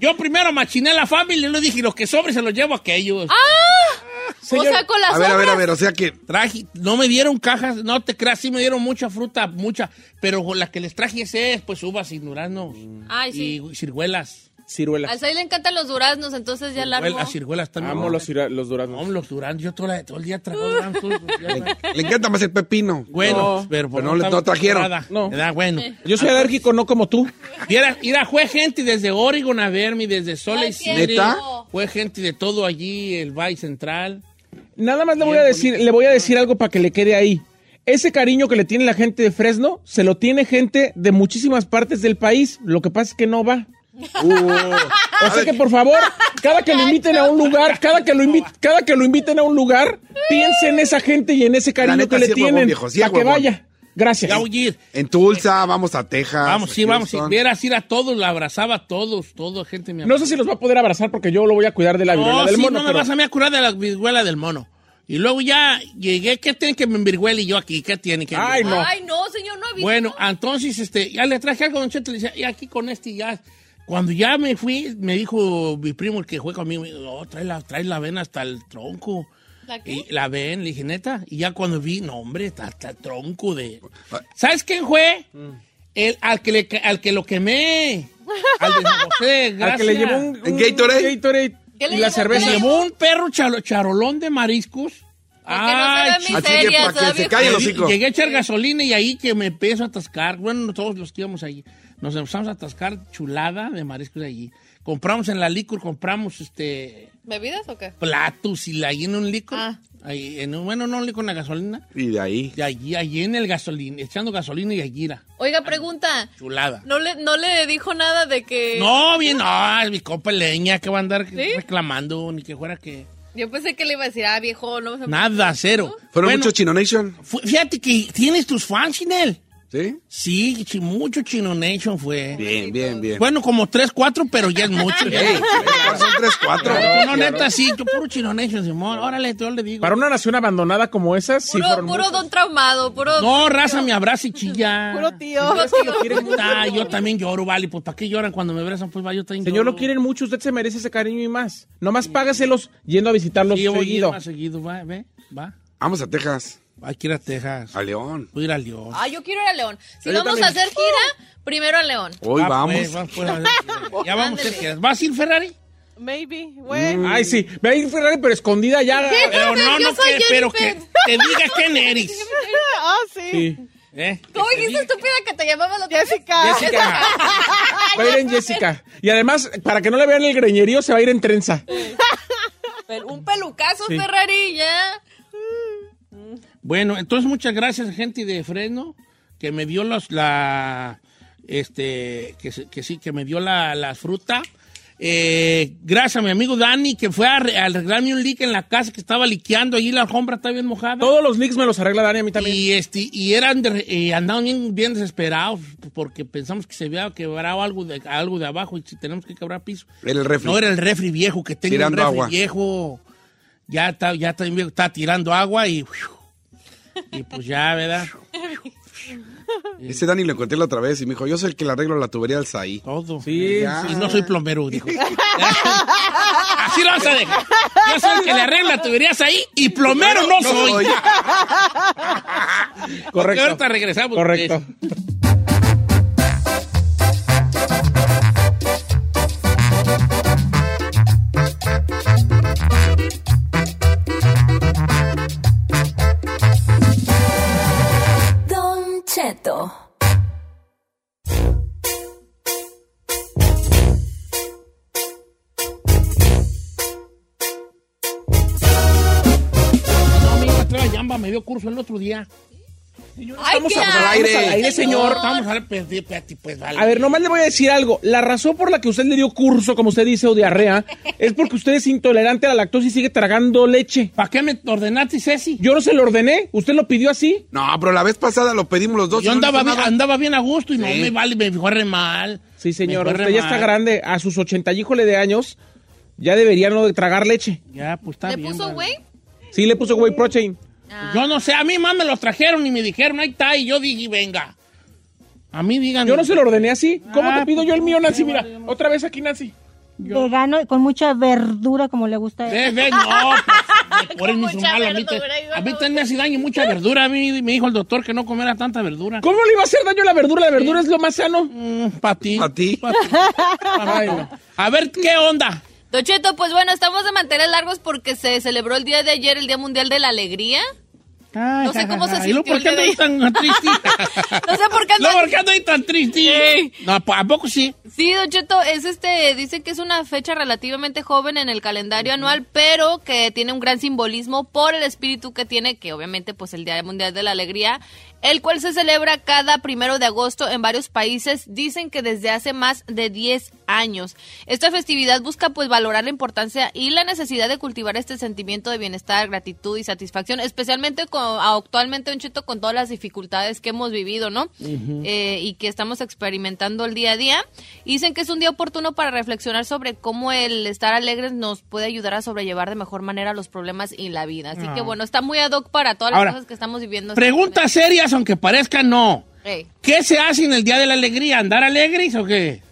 [SPEAKER 1] Yo primero machiné la familia y le dije, los que sobre se los llevo a aquellos.
[SPEAKER 5] Ah. O sea, con las
[SPEAKER 4] A ver, a ver, a
[SPEAKER 5] obras.
[SPEAKER 4] ver, o sea que.
[SPEAKER 1] Traje, no me dieron cajas, no te creas, sí me dieron mucha fruta, mucha. Pero con la que les traje ese es, pues, uvas y duraznos.
[SPEAKER 5] Ay, sí.
[SPEAKER 1] Y ciruelas.
[SPEAKER 2] ciruela.
[SPEAKER 5] Al Zay le encantan los duraznos, entonces ya largo.
[SPEAKER 1] Las ciruelas están
[SPEAKER 2] Amo los, cira- los duraznos.
[SPEAKER 1] Vamos, los duraznos. Yo todo, la- todo el día trago duraznos. todo el día.
[SPEAKER 4] Le encanta más el pepino.
[SPEAKER 1] Bueno,
[SPEAKER 2] No,
[SPEAKER 1] pero,
[SPEAKER 4] pero no le-
[SPEAKER 1] estaba
[SPEAKER 4] no trajeron.
[SPEAKER 1] preparada.
[SPEAKER 2] No.
[SPEAKER 1] ¿Verdad? Bueno.
[SPEAKER 2] Yo soy alérgico, no como tú.
[SPEAKER 1] Y era, era- fue gente desde Oregon a verme, desde Salt Lake
[SPEAKER 5] Ay, qué
[SPEAKER 1] City.
[SPEAKER 4] ¿Neta?
[SPEAKER 5] rico.
[SPEAKER 1] Fue gente de todo allí, el Bay Central.
[SPEAKER 2] Nada más le voy a decir, le voy a decir algo para que le quede ahí. Ese cariño que le tiene la gente de Fresno, se lo tiene gente de muchísimas partes del país. Lo que pasa es que no va.
[SPEAKER 4] Uh,
[SPEAKER 2] O sea que por favor, cada que lo inviten a un lugar, cada que lo inviten, cada que lo inviten a un lugar, piensen en esa gente y en ese cariño
[SPEAKER 4] neta,
[SPEAKER 2] que le
[SPEAKER 4] sí es huevón,
[SPEAKER 2] tienen
[SPEAKER 4] viejo, sí es
[SPEAKER 2] para que
[SPEAKER 4] huevón.
[SPEAKER 2] vaya. Gracias.
[SPEAKER 1] Ya huir.
[SPEAKER 4] En Tulsa, vamos a Texas.
[SPEAKER 2] Ah, pues,
[SPEAKER 1] Vamos, sí,
[SPEAKER 4] a
[SPEAKER 1] vamos. Si
[SPEAKER 4] Houston.
[SPEAKER 1] vieras ir a todos, la abrazaba a todos, toda gente me
[SPEAKER 2] No sé si los va a poder abrazar porque yo lo voy a cuidar de la viruela
[SPEAKER 1] No,
[SPEAKER 2] del
[SPEAKER 1] sí,
[SPEAKER 2] mono.
[SPEAKER 1] no me
[SPEAKER 2] pero-
[SPEAKER 1] vas a mí a curar de la viruela del mono. Y luego ya llegué, ¿qué tiene que me envirguele y yo aquí? ¿Qué tiene que
[SPEAKER 2] Ay, no.
[SPEAKER 5] Ay, no, señor, no he visto.
[SPEAKER 1] Bueno, entonces, este, ya le traje algo, don Cheto, le decía, y aquí con este, ya, cuando ya me fui, me dijo mi primo, el que fue conmigo, me dijo, oh, trae la, trae la vena hasta el tronco.
[SPEAKER 5] ¿La qué?
[SPEAKER 1] Y la ven, le dije, neta, y ya cuando vi, no, hombre, hasta, hasta el tronco de... ¿Sabes quién fue? El, al, que le, al que lo quemé. Al de San José,
[SPEAKER 2] Al que le llevó
[SPEAKER 1] gracias.
[SPEAKER 2] un,
[SPEAKER 4] ¿En
[SPEAKER 2] un
[SPEAKER 4] Gatorade?
[SPEAKER 2] Gatorade
[SPEAKER 5] ¿Qué le
[SPEAKER 2] y la
[SPEAKER 5] llevó?
[SPEAKER 1] Me
[SPEAKER 2] cerveza.
[SPEAKER 5] ¿Qué le
[SPEAKER 1] llevó un perro chalo- charolón de mariscos.
[SPEAKER 5] Porque no se
[SPEAKER 1] chico.
[SPEAKER 5] ve
[SPEAKER 4] Así que
[SPEAKER 5] Miseria,
[SPEAKER 4] para que
[SPEAKER 5] todavía
[SPEAKER 4] se calle el
[SPEAKER 1] Llegué-
[SPEAKER 4] hocico.
[SPEAKER 1] Llegué a echar gasolina y ahí que me empiezo a atascar. Bueno, todos los que íbamos allí. Nos empezamos a atascar chulada de mariscos allí. Compramos en la licor, compramos este
[SPEAKER 5] ¿Bebidas o qué?
[SPEAKER 1] platos y la allí en un licor.
[SPEAKER 5] Ah.
[SPEAKER 1] Ahí, en un- bueno, no un licor, una gasolina.
[SPEAKER 4] Y de ahí.
[SPEAKER 1] Y allí, allí en el gasolín, echando gasolina y allí era
[SPEAKER 5] Oiga, pregunta.
[SPEAKER 1] chulada.
[SPEAKER 5] ¿No le, no le dijo nada de que...
[SPEAKER 1] No, bien, no, mi copa leña que va a andar
[SPEAKER 5] ¿Sí?
[SPEAKER 1] reclamando, ni que fuera que.
[SPEAKER 5] Yo pensé que le iba a decir, ah, viejo, no...
[SPEAKER 1] Nada, cero.
[SPEAKER 4] Fueron
[SPEAKER 1] Bueno,
[SPEAKER 4] muchos Chino Nation.
[SPEAKER 1] fu- Fíjate que tienes tus fans, Chinel.
[SPEAKER 4] ¿Sí?
[SPEAKER 1] Sí, chi- mucho Chino Nation fue.
[SPEAKER 4] Bien, bien, bien.
[SPEAKER 1] Eh, Bueno, como tres, cuatro, pero ya es mucho. ya.
[SPEAKER 4] Ey, son tres, cuatro.
[SPEAKER 1] no, neta, sí, yo puro Chino Nation, Simón. Órale, yo le digo.
[SPEAKER 2] Para una nación abandonada como esa, sí
[SPEAKER 5] Puro,
[SPEAKER 2] fueron
[SPEAKER 5] puro
[SPEAKER 2] muchos.
[SPEAKER 5] don traumado, puro...
[SPEAKER 1] No, raza, me abraza y chilla.
[SPEAKER 3] Puro tío.
[SPEAKER 5] Puro tío.
[SPEAKER 1] Puta, yo también lloro, vale. Pues, ¿para qué lloran cuando me abrazan? Pues, va, yo también
[SPEAKER 2] Señor,
[SPEAKER 1] lloro.
[SPEAKER 2] lo quieren mucho, usted se merece ese cariño y más. Nomás págaselos yendo a visitarlos
[SPEAKER 1] Sí, yo voy a ir
[SPEAKER 2] seguido.
[SPEAKER 1] más seguido, va, ve, va.
[SPEAKER 4] Vamos a Texas,
[SPEAKER 1] Hay que ir a Texas.
[SPEAKER 4] a León.
[SPEAKER 1] Voy a ir a León.
[SPEAKER 5] Ah, yo quiero ir a León. Si
[SPEAKER 4] Yo
[SPEAKER 5] vamos
[SPEAKER 4] también.
[SPEAKER 5] a hacer gira, primero a León.
[SPEAKER 4] Hoy
[SPEAKER 1] Va,
[SPEAKER 4] vamos.
[SPEAKER 1] pues, va, pues, a- ya vamos a
[SPEAKER 5] Ándale.
[SPEAKER 1] Texas. ¿Vas a ir Ferrari?
[SPEAKER 3] Maybe, güey.
[SPEAKER 2] Ay, sí. Ve a ir Ferrari, pero escondida ya.
[SPEAKER 1] Pero no,
[SPEAKER 5] Yo
[SPEAKER 1] no,
[SPEAKER 5] soy
[SPEAKER 1] que, pero que
[SPEAKER 5] Jennifer.
[SPEAKER 1] te diga quién eres.
[SPEAKER 3] Ah, sí.
[SPEAKER 2] Sí.
[SPEAKER 1] ¿Eh?
[SPEAKER 5] ¿Cómo dijiste, estúpida, que te llamabas la otra vez?
[SPEAKER 3] Jessica.
[SPEAKER 2] Jessica. Va a ir en Jessica. Y además, para que no le vean el greñerío, se va a ir en trenza.
[SPEAKER 5] Pel- Un pelucazo,
[SPEAKER 2] Sí.
[SPEAKER 5] Ferrari, ya.
[SPEAKER 1] Bueno, entonces muchas gracias gente de Fresno que me dio los la este que, se- que sí que me dio la, la fruta. Eh, gracias a mi amigo Dani que fue a, re- a arreglarme un leak en la casa que estaba liqueando allí la alfombra está bien mojada.
[SPEAKER 2] Todos los nicks me los arregla Dani a mí también.
[SPEAKER 1] Y, este, y eran de- eh, andaban bien, bien desesperados porque pensamos que se había quebrado algo de, algo de abajo y si tenemos que quebrar piso.
[SPEAKER 4] Era el refri.
[SPEAKER 1] No era el refri viejo que tenía un
[SPEAKER 4] Tirando
[SPEAKER 1] refri
[SPEAKER 4] agua.
[SPEAKER 1] viejo. Ya está, ya está, bien viejo, está tirando agua y. Y pues ya, ¿verdad?
[SPEAKER 4] Ese Dani lo encontré la otra vez y me dijo, yo soy el que le arreglo la tubería al Saí.
[SPEAKER 1] Todo.
[SPEAKER 2] Sí,
[SPEAKER 4] Ya.
[SPEAKER 1] Y no soy plomero, dijo. Así lo vas a dejar. Yo soy el que le arregla tuberías ahí y plomero no, soy. Porque
[SPEAKER 2] correcto.
[SPEAKER 1] ahorita regresamos.
[SPEAKER 2] Correcto.
[SPEAKER 7] Don Cheto.
[SPEAKER 1] No, mi hija trae yamba, me dio curso el otro día.
[SPEAKER 5] Ay,
[SPEAKER 2] Estamos
[SPEAKER 5] qué
[SPEAKER 2] al
[SPEAKER 5] asco,
[SPEAKER 4] aire. Al
[SPEAKER 2] aire, señor.
[SPEAKER 1] Vamos a ver, pues, espérate, pues, vale.
[SPEAKER 2] A ver, nomás le voy a decir algo. La razón por la que usted le dio curso, como usted dice, o diarrea, es porque usted es intolerante a la lactosa y sigue tragando leche.
[SPEAKER 1] ¿Para qué me ordenaste, Ceci?
[SPEAKER 2] Yo no se lo ordené, usted lo pidió así.
[SPEAKER 4] No, pero la vez pasada lo pedimos los dos.
[SPEAKER 1] Yo
[SPEAKER 4] y no
[SPEAKER 1] andaba,
[SPEAKER 4] hizo
[SPEAKER 1] bien,
[SPEAKER 4] nada.
[SPEAKER 1] andaba bien a gusto y no
[SPEAKER 4] Sí.
[SPEAKER 1] me vale, me fue re mal.
[SPEAKER 2] Sí, señor,
[SPEAKER 1] Me fue re
[SPEAKER 2] usted ya está
[SPEAKER 1] mal.
[SPEAKER 2] grande. A sus 80 híjole de años, ya debería no de tragar leche.
[SPEAKER 1] Ya, pues está
[SPEAKER 5] ¿Le
[SPEAKER 1] bien.
[SPEAKER 5] puso
[SPEAKER 1] vale.
[SPEAKER 5] güey?
[SPEAKER 2] Sí, le puso whey protein.
[SPEAKER 1] Pues Yo no sé, a mí más me los trajeron y me dijeron, ahí está, y yo dije, venga. A mí digan.
[SPEAKER 2] Yo no se lo ordené así. ¿Cómo
[SPEAKER 1] Ah,
[SPEAKER 2] te pido yo el
[SPEAKER 1] pues,
[SPEAKER 2] mío,
[SPEAKER 1] no
[SPEAKER 2] Nancy?
[SPEAKER 1] sé,
[SPEAKER 2] Mira,
[SPEAKER 1] vale, no.
[SPEAKER 2] otra vez aquí, Nancy.
[SPEAKER 8] Vegano y con mucha verdura como le gusta.
[SPEAKER 1] Ve, ve, no, pues, por eso me hizo
[SPEAKER 5] mucha
[SPEAKER 1] mal a mí.
[SPEAKER 5] verdura,
[SPEAKER 1] te- A mí también me hace daño mucha verdura. A mí me dijo el doctor que no comiera tanta verdura.
[SPEAKER 2] ¿Cómo le iba a hacer daño la verdura? La verdura es lo más sano.
[SPEAKER 1] Para ti.
[SPEAKER 4] ¿A ti?
[SPEAKER 1] Ay, no. A ver, ¿qué onda?
[SPEAKER 5] Don Cheto, pues bueno, estamos de manteles largos porque se celebró el día de ayer, el Día Mundial de la Alegría. No sé cómo se
[SPEAKER 1] Ay, luego,
[SPEAKER 5] sintió
[SPEAKER 1] ¿Por
[SPEAKER 5] el
[SPEAKER 1] qué
[SPEAKER 5] día
[SPEAKER 1] ando
[SPEAKER 5] de
[SPEAKER 1] ahí tan triste?
[SPEAKER 5] No sé por qué
[SPEAKER 1] No,
[SPEAKER 5] andan-
[SPEAKER 1] ¿por qué ando ahí tan triste? No, ¿a poco sí?
[SPEAKER 5] Sí, Don Cheto, es este, dice que es una fecha relativamente joven en el calendario anual, pero que tiene un gran simbolismo por el espíritu que tiene, que obviamente pues el Día Mundial de la Alegría, el cual se celebra cada primero de agosto en varios países, dicen que desde hace más de 10 años. Esta festividad busca pues valorar la importancia y la necesidad de cultivar este sentimiento de bienestar, gratitud y satisfacción, especialmente con, actualmente, Don Cheto, con todas las dificultades que hemos vivido, ¿no? eh, y que estamos experimentando el día a día. Y Dicen que es un día oportuno para reflexionar sobre cómo el estar alegres nos puede ayudar a sobrellevar de mejor manera los problemas y la vida. Así que
[SPEAKER 1] Ah.
[SPEAKER 5] bueno, está muy ad hoc para todas las
[SPEAKER 1] Ahora,
[SPEAKER 5] cosas que estamos viviendo.
[SPEAKER 1] Preguntas serias, aunque parezca no.
[SPEAKER 5] Ey.
[SPEAKER 1] ¿Qué se hace en el Día de la Alegría? ¿Andar alegres o qué?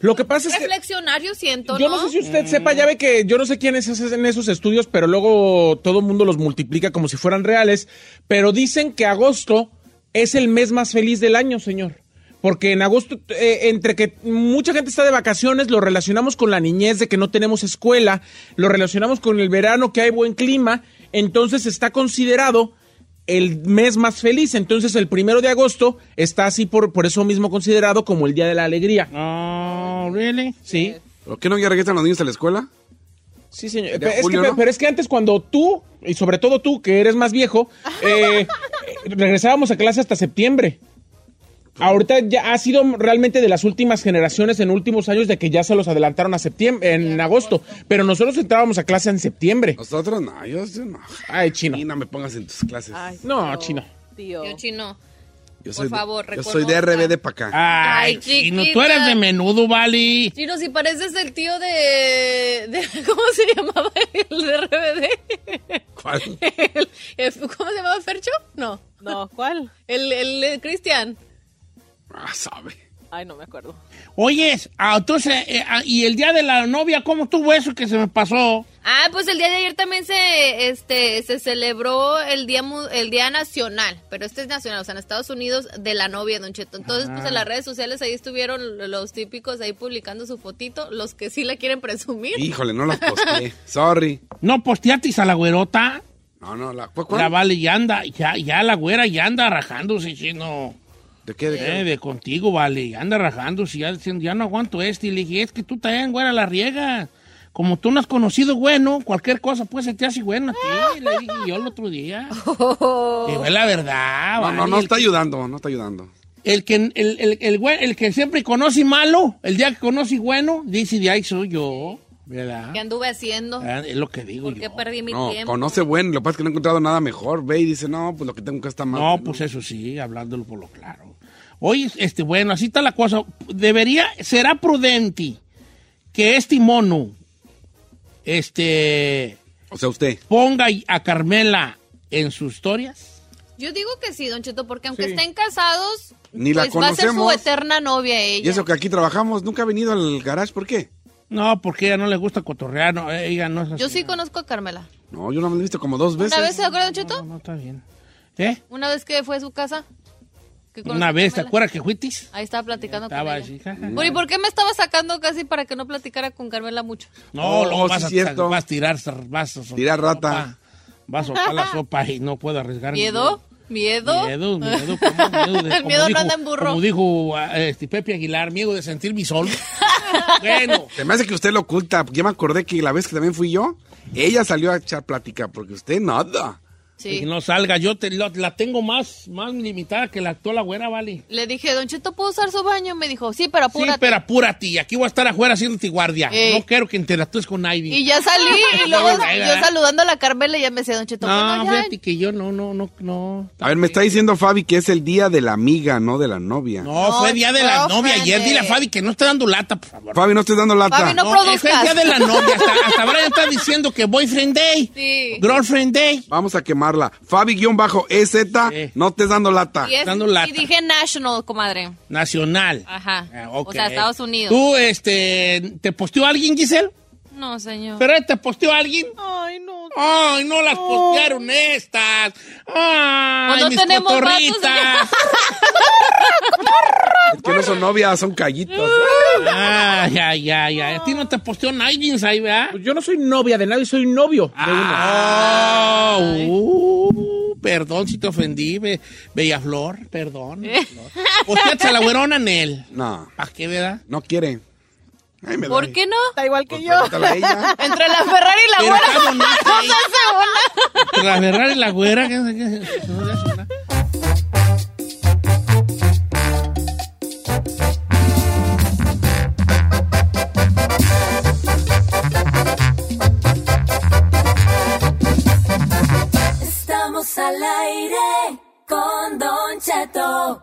[SPEAKER 2] Lo que pasa es que.
[SPEAKER 5] Reflexionar, yo siento,
[SPEAKER 2] Yo
[SPEAKER 5] ¿no?
[SPEAKER 2] no sé si usted sepa, ya ve que yo no sé quiénes hacen esos estudios, pero luego todo el mundo los multiplica como si fueran reales. Pero dicen que agosto es el mes más feliz del año, señor. Porque en agosto, eh, entre que mucha gente está de vacaciones, lo relacionamos con la niñez, de que no tenemos escuela, lo relacionamos con el verano, que hay buen clima, entonces está considerado el mes más feliz. Entonces el primero de agosto está así por, por eso mismo considerado como el Día de la Alegría.
[SPEAKER 1] No, really?
[SPEAKER 2] Sí.
[SPEAKER 4] ¿Por qué no ya regresan los niños a la escuela?
[SPEAKER 2] Sí, señor.
[SPEAKER 4] Ya,
[SPEAKER 2] Pero es,
[SPEAKER 4] Julio,
[SPEAKER 2] que,
[SPEAKER 4] ¿no?
[SPEAKER 2] pero es que antes cuando tú, y sobre todo tú, que eres más viejo, eh, eh, regresábamos a clase hasta septiembre. Ahorita ya ha sido realmente de las últimas generaciones en últimos años de que ya se los adelantaron a septiembre,
[SPEAKER 1] Eh,
[SPEAKER 2] en agosto. Pero nosotros entrábamos a clase en septiembre.
[SPEAKER 4] Nosotros no, yo, yo no.
[SPEAKER 2] Ay, chino.
[SPEAKER 4] Y no me pongas en tus clases.
[SPEAKER 3] Ay,
[SPEAKER 2] No, chino.
[SPEAKER 3] tío.
[SPEAKER 5] Yo chino.
[SPEAKER 4] yo
[SPEAKER 5] por
[SPEAKER 4] soy de-
[SPEAKER 5] favor,
[SPEAKER 4] Yo soy de
[SPEAKER 5] reconozca.
[SPEAKER 4] RBD para acá.
[SPEAKER 1] Ay,
[SPEAKER 5] Ay,
[SPEAKER 1] si no, tú
[SPEAKER 5] chiquita.
[SPEAKER 1] eres de menudo, Vali.
[SPEAKER 5] Chino, si pareces el tío de, de- ¿cómo se llamaba el de RBD?
[SPEAKER 4] ¿Cuál?
[SPEAKER 5] El- el- ¿Cómo se llamaba Fercho? No.
[SPEAKER 3] No, ¿cuál?
[SPEAKER 5] El, el, el Cristian.
[SPEAKER 4] Ah, sabe.
[SPEAKER 3] Ay, no me acuerdo.
[SPEAKER 1] Oyes, ah, entonces, eh, ah, ¿y el día de la novia cómo estuvo eso que se me pasó?
[SPEAKER 5] Ah, pues el día de ayer también se, este, se celebró el día, mu- el día nacional, pero este es nacional, o sea, en Estados Unidos de la novia, Don Cheto. Entonces,
[SPEAKER 4] Ah.
[SPEAKER 5] pues en las redes sociales ahí estuvieron los típicos ahí publicando su fotito, los que sí la quieren presumir.
[SPEAKER 4] Híjole, no las posté. Sorry.
[SPEAKER 1] No, pues posteatis a la güerota.
[SPEAKER 4] No, no, la. ¿cuál, cuál?
[SPEAKER 1] La Vale ya anda, ya, ya la güera ya anda rajándose, chino.
[SPEAKER 4] ¿De qué? ¿De
[SPEAKER 1] Eh,
[SPEAKER 4] qué?
[SPEAKER 1] de contigo, vale. Ya anda rajándose, ya diciendo, ya no aguanto este. Y le dije, "Ah, es que tú también, güera, la riega. Como tú no has conocido bueno, cualquier cosa pues se te hace bueno a ti. Le dije yo el otro día. Y fue la verdad,
[SPEAKER 4] No,
[SPEAKER 1] ah, vale.
[SPEAKER 4] no, no
[SPEAKER 1] El
[SPEAKER 4] está
[SPEAKER 1] que-
[SPEAKER 4] ayudando, no está ayudando.
[SPEAKER 1] El que, el, el- el güe- el que siempre conoce malo, el día que conoce bueno, dice, de ahí soy yo, ¿verdad?
[SPEAKER 5] ¿Qué anduve haciendo?
[SPEAKER 1] Ah, Es lo que digo
[SPEAKER 5] ¿Por
[SPEAKER 1] yo.
[SPEAKER 5] qué perdí mi
[SPEAKER 4] No,
[SPEAKER 5] tiempo?
[SPEAKER 4] conoce bueno, lo que pasa es que no he encontrado nada mejor. Ve y dice, no, pues lo que tengo que está mal.
[SPEAKER 1] No, pues eso sí, hablándolo por lo claro. Oye, este, bueno, así está la cosa. Debería, será prudente que este mono, este,
[SPEAKER 4] O sea, usted.
[SPEAKER 1] ponga a Carmela en sus historias.
[SPEAKER 5] Yo digo que sí, Don Cheto, porque aunque estén casados,
[SPEAKER 4] Ni la
[SPEAKER 5] pues va a ser su
[SPEAKER 4] conocemos.
[SPEAKER 5] eterna novia
[SPEAKER 4] Y
[SPEAKER 5] ella.
[SPEAKER 4] eso que aquí trabajamos, nunca ha venido al garage, ¿por qué?
[SPEAKER 1] No, porque a ella no le gusta cotorrear, no, eh, ella no es así.
[SPEAKER 5] Yo sí conozco a Carmela.
[SPEAKER 4] No, yo no me he visto como dos veces.
[SPEAKER 5] ¿Una vez se acuerda, Don
[SPEAKER 1] No,
[SPEAKER 5] Cheto?
[SPEAKER 1] no está bien. ¿Eh?
[SPEAKER 5] Una vez que fue a su casa. que conocí
[SPEAKER 1] Una
[SPEAKER 5] a
[SPEAKER 1] vez, ¿te
[SPEAKER 5] Carmela.
[SPEAKER 1] acuerdas que fuitis?
[SPEAKER 5] Ahí estaba platicando
[SPEAKER 1] Estaba
[SPEAKER 5] con ella.
[SPEAKER 1] así, jaja.
[SPEAKER 5] Bueno, ¿y por qué me estaba sacando casi para que no platicara con Carmela mucho?
[SPEAKER 1] No,
[SPEAKER 4] Oh,
[SPEAKER 1] luego
[SPEAKER 4] sí
[SPEAKER 1] vas, a,
[SPEAKER 4] es cierto.
[SPEAKER 1] vas a tirar, vas a soltar
[SPEAKER 4] Tirar
[SPEAKER 1] la
[SPEAKER 4] rata.
[SPEAKER 1] sopa. Vas a soltar la sopa y no puedo arriesgar. mi
[SPEAKER 5] ¿Miedo? ¿Miedo?
[SPEAKER 1] Miedo, miedo, ¿cómo? miedo de-
[SPEAKER 5] El
[SPEAKER 1] como
[SPEAKER 5] miedo no
[SPEAKER 1] dijo-
[SPEAKER 5] anda en burro.
[SPEAKER 1] Como dijo ah, este, Pepe Aguilar, miedo de sentirme solo. bueno,
[SPEAKER 4] Se me hace que usted lo oculta. porque Ya me acordé que la vez que también fui yo, ella salió a echar plática, porque usted nada.
[SPEAKER 1] que
[SPEAKER 5] Sí.
[SPEAKER 1] no salga, yo te, lo- la tengo más, más limitada que la actual güera, vale.
[SPEAKER 5] Le dije, Don Cheto, ¿puedo usar su baño? Me dijo, sí, pero
[SPEAKER 1] Sí,
[SPEAKER 5] apúrate.
[SPEAKER 1] pero apúrate, aquí voy a estar afuera haciéndote guardia.
[SPEAKER 5] Ey.
[SPEAKER 1] No quiero que interactúes con Ivy.
[SPEAKER 5] Y ya salí, y luego
[SPEAKER 1] No, ¿verdad?
[SPEAKER 5] yo saludando a la Carmela y ya me decía, Don Cheto,
[SPEAKER 1] no,
[SPEAKER 5] bueno, pues, ya,
[SPEAKER 1] fíjate que yo no, no, no, no.
[SPEAKER 4] A ver, me está diciendo Fabi que es el día de la amiga, no de la novia.
[SPEAKER 1] No, fue día de la
[SPEAKER 5] no,
[SPEAKER 1] novia ayer.
[SPEAKER 5] Fede.
[SPEAKER 1] Dile a Fabi que no está dando lata, por favor.
[SPEAKER 4] Fabi, no estoy dando lata.
[SPEAKER 5] Fabi, no
[SPEAKER 1] es el día
[SPEAKER 5] produzcas.
[SPEAKER 1] de la novia. Hasta, hasta ahora ya está diciendo que boyfriend day,
[SPEAKER 5] Sí.
[SPEAKER 1] girlfriend day.
[SPEAKER 4] Vamos a quemarla. Fabi-EZ,
[SPEAKER 1] Sí.
[SPEAKER 4] no estés dando lata.
[SPEAKER 5] Y, es-
[SPEAKER 1] dando lata.
[SPEAKER 5] y dije national, comadre.
[SPEAKER 1] Nacional.
[SPEAKER 5] Ajá.
[SPEAKER 1] Ah, ok.
[SPEAKER 5] O sea, Estados Unidos.
[SPEAKER 1] ¿Tú, este, te posteó alguien, Giselle?
[SPEAKER 5] No, señor.
[SPEAKER 1] ¿Pero te posteó alguien?
[SPEAKER 3] Ay, no,
[SPEAKER 1] Ay, no las postearon estas. Ay,
[SPEAKER 5] no
[SPEAKER 1] mis
[SPEAKER 5] tenemos vatos,
[SPEAKER 1] cotorritas.
[SPEAKER 4] Es que no son novias, son callitas.
[SPEAKER 1] Ay, ay, ay, ay. A ti no te posteó Nightwings ahí, ¿verdad?
[SPEAKER 2] Yo no soy novia de nadie, soy novio de
[SPEAKER 1] Ah, uh, perdón si te ofendí, be- Bella Flor, perdón.
[SPEAKER 5] Eh.
[SPEAKER 1] Usted se la güerona, Nel.
[SPEAKER 4] No,
[SPEAKER 1] ¿Para qué, verdad?
[SPEAKER 4] no quiere. Ay, me
[SPEAKER 5] ¿Por
[SPEAKER 4] doy.
[SPEAKER 5] qué no?
[SPEAKER 3] Está igual que
[SPEAKER 4] Pues
[SPEAKER 3] yo.
[SPEAKER 4] pregúntale a ella.
[SPEAKER 5] Entre la Ferrari y la
[SPEAKER 1] Pero
[SPEAKER 5] güera.
[SPEAKER 1] está bonita, ¿eh?
[SPEAKER 5] Hace una.
[SPEAKER 1] Entre La Ferrari y la güera. ¿qué- qué- qué- qué- no le hace nada?
[SPEAKER 7] Estamos al aire con Don Cheto.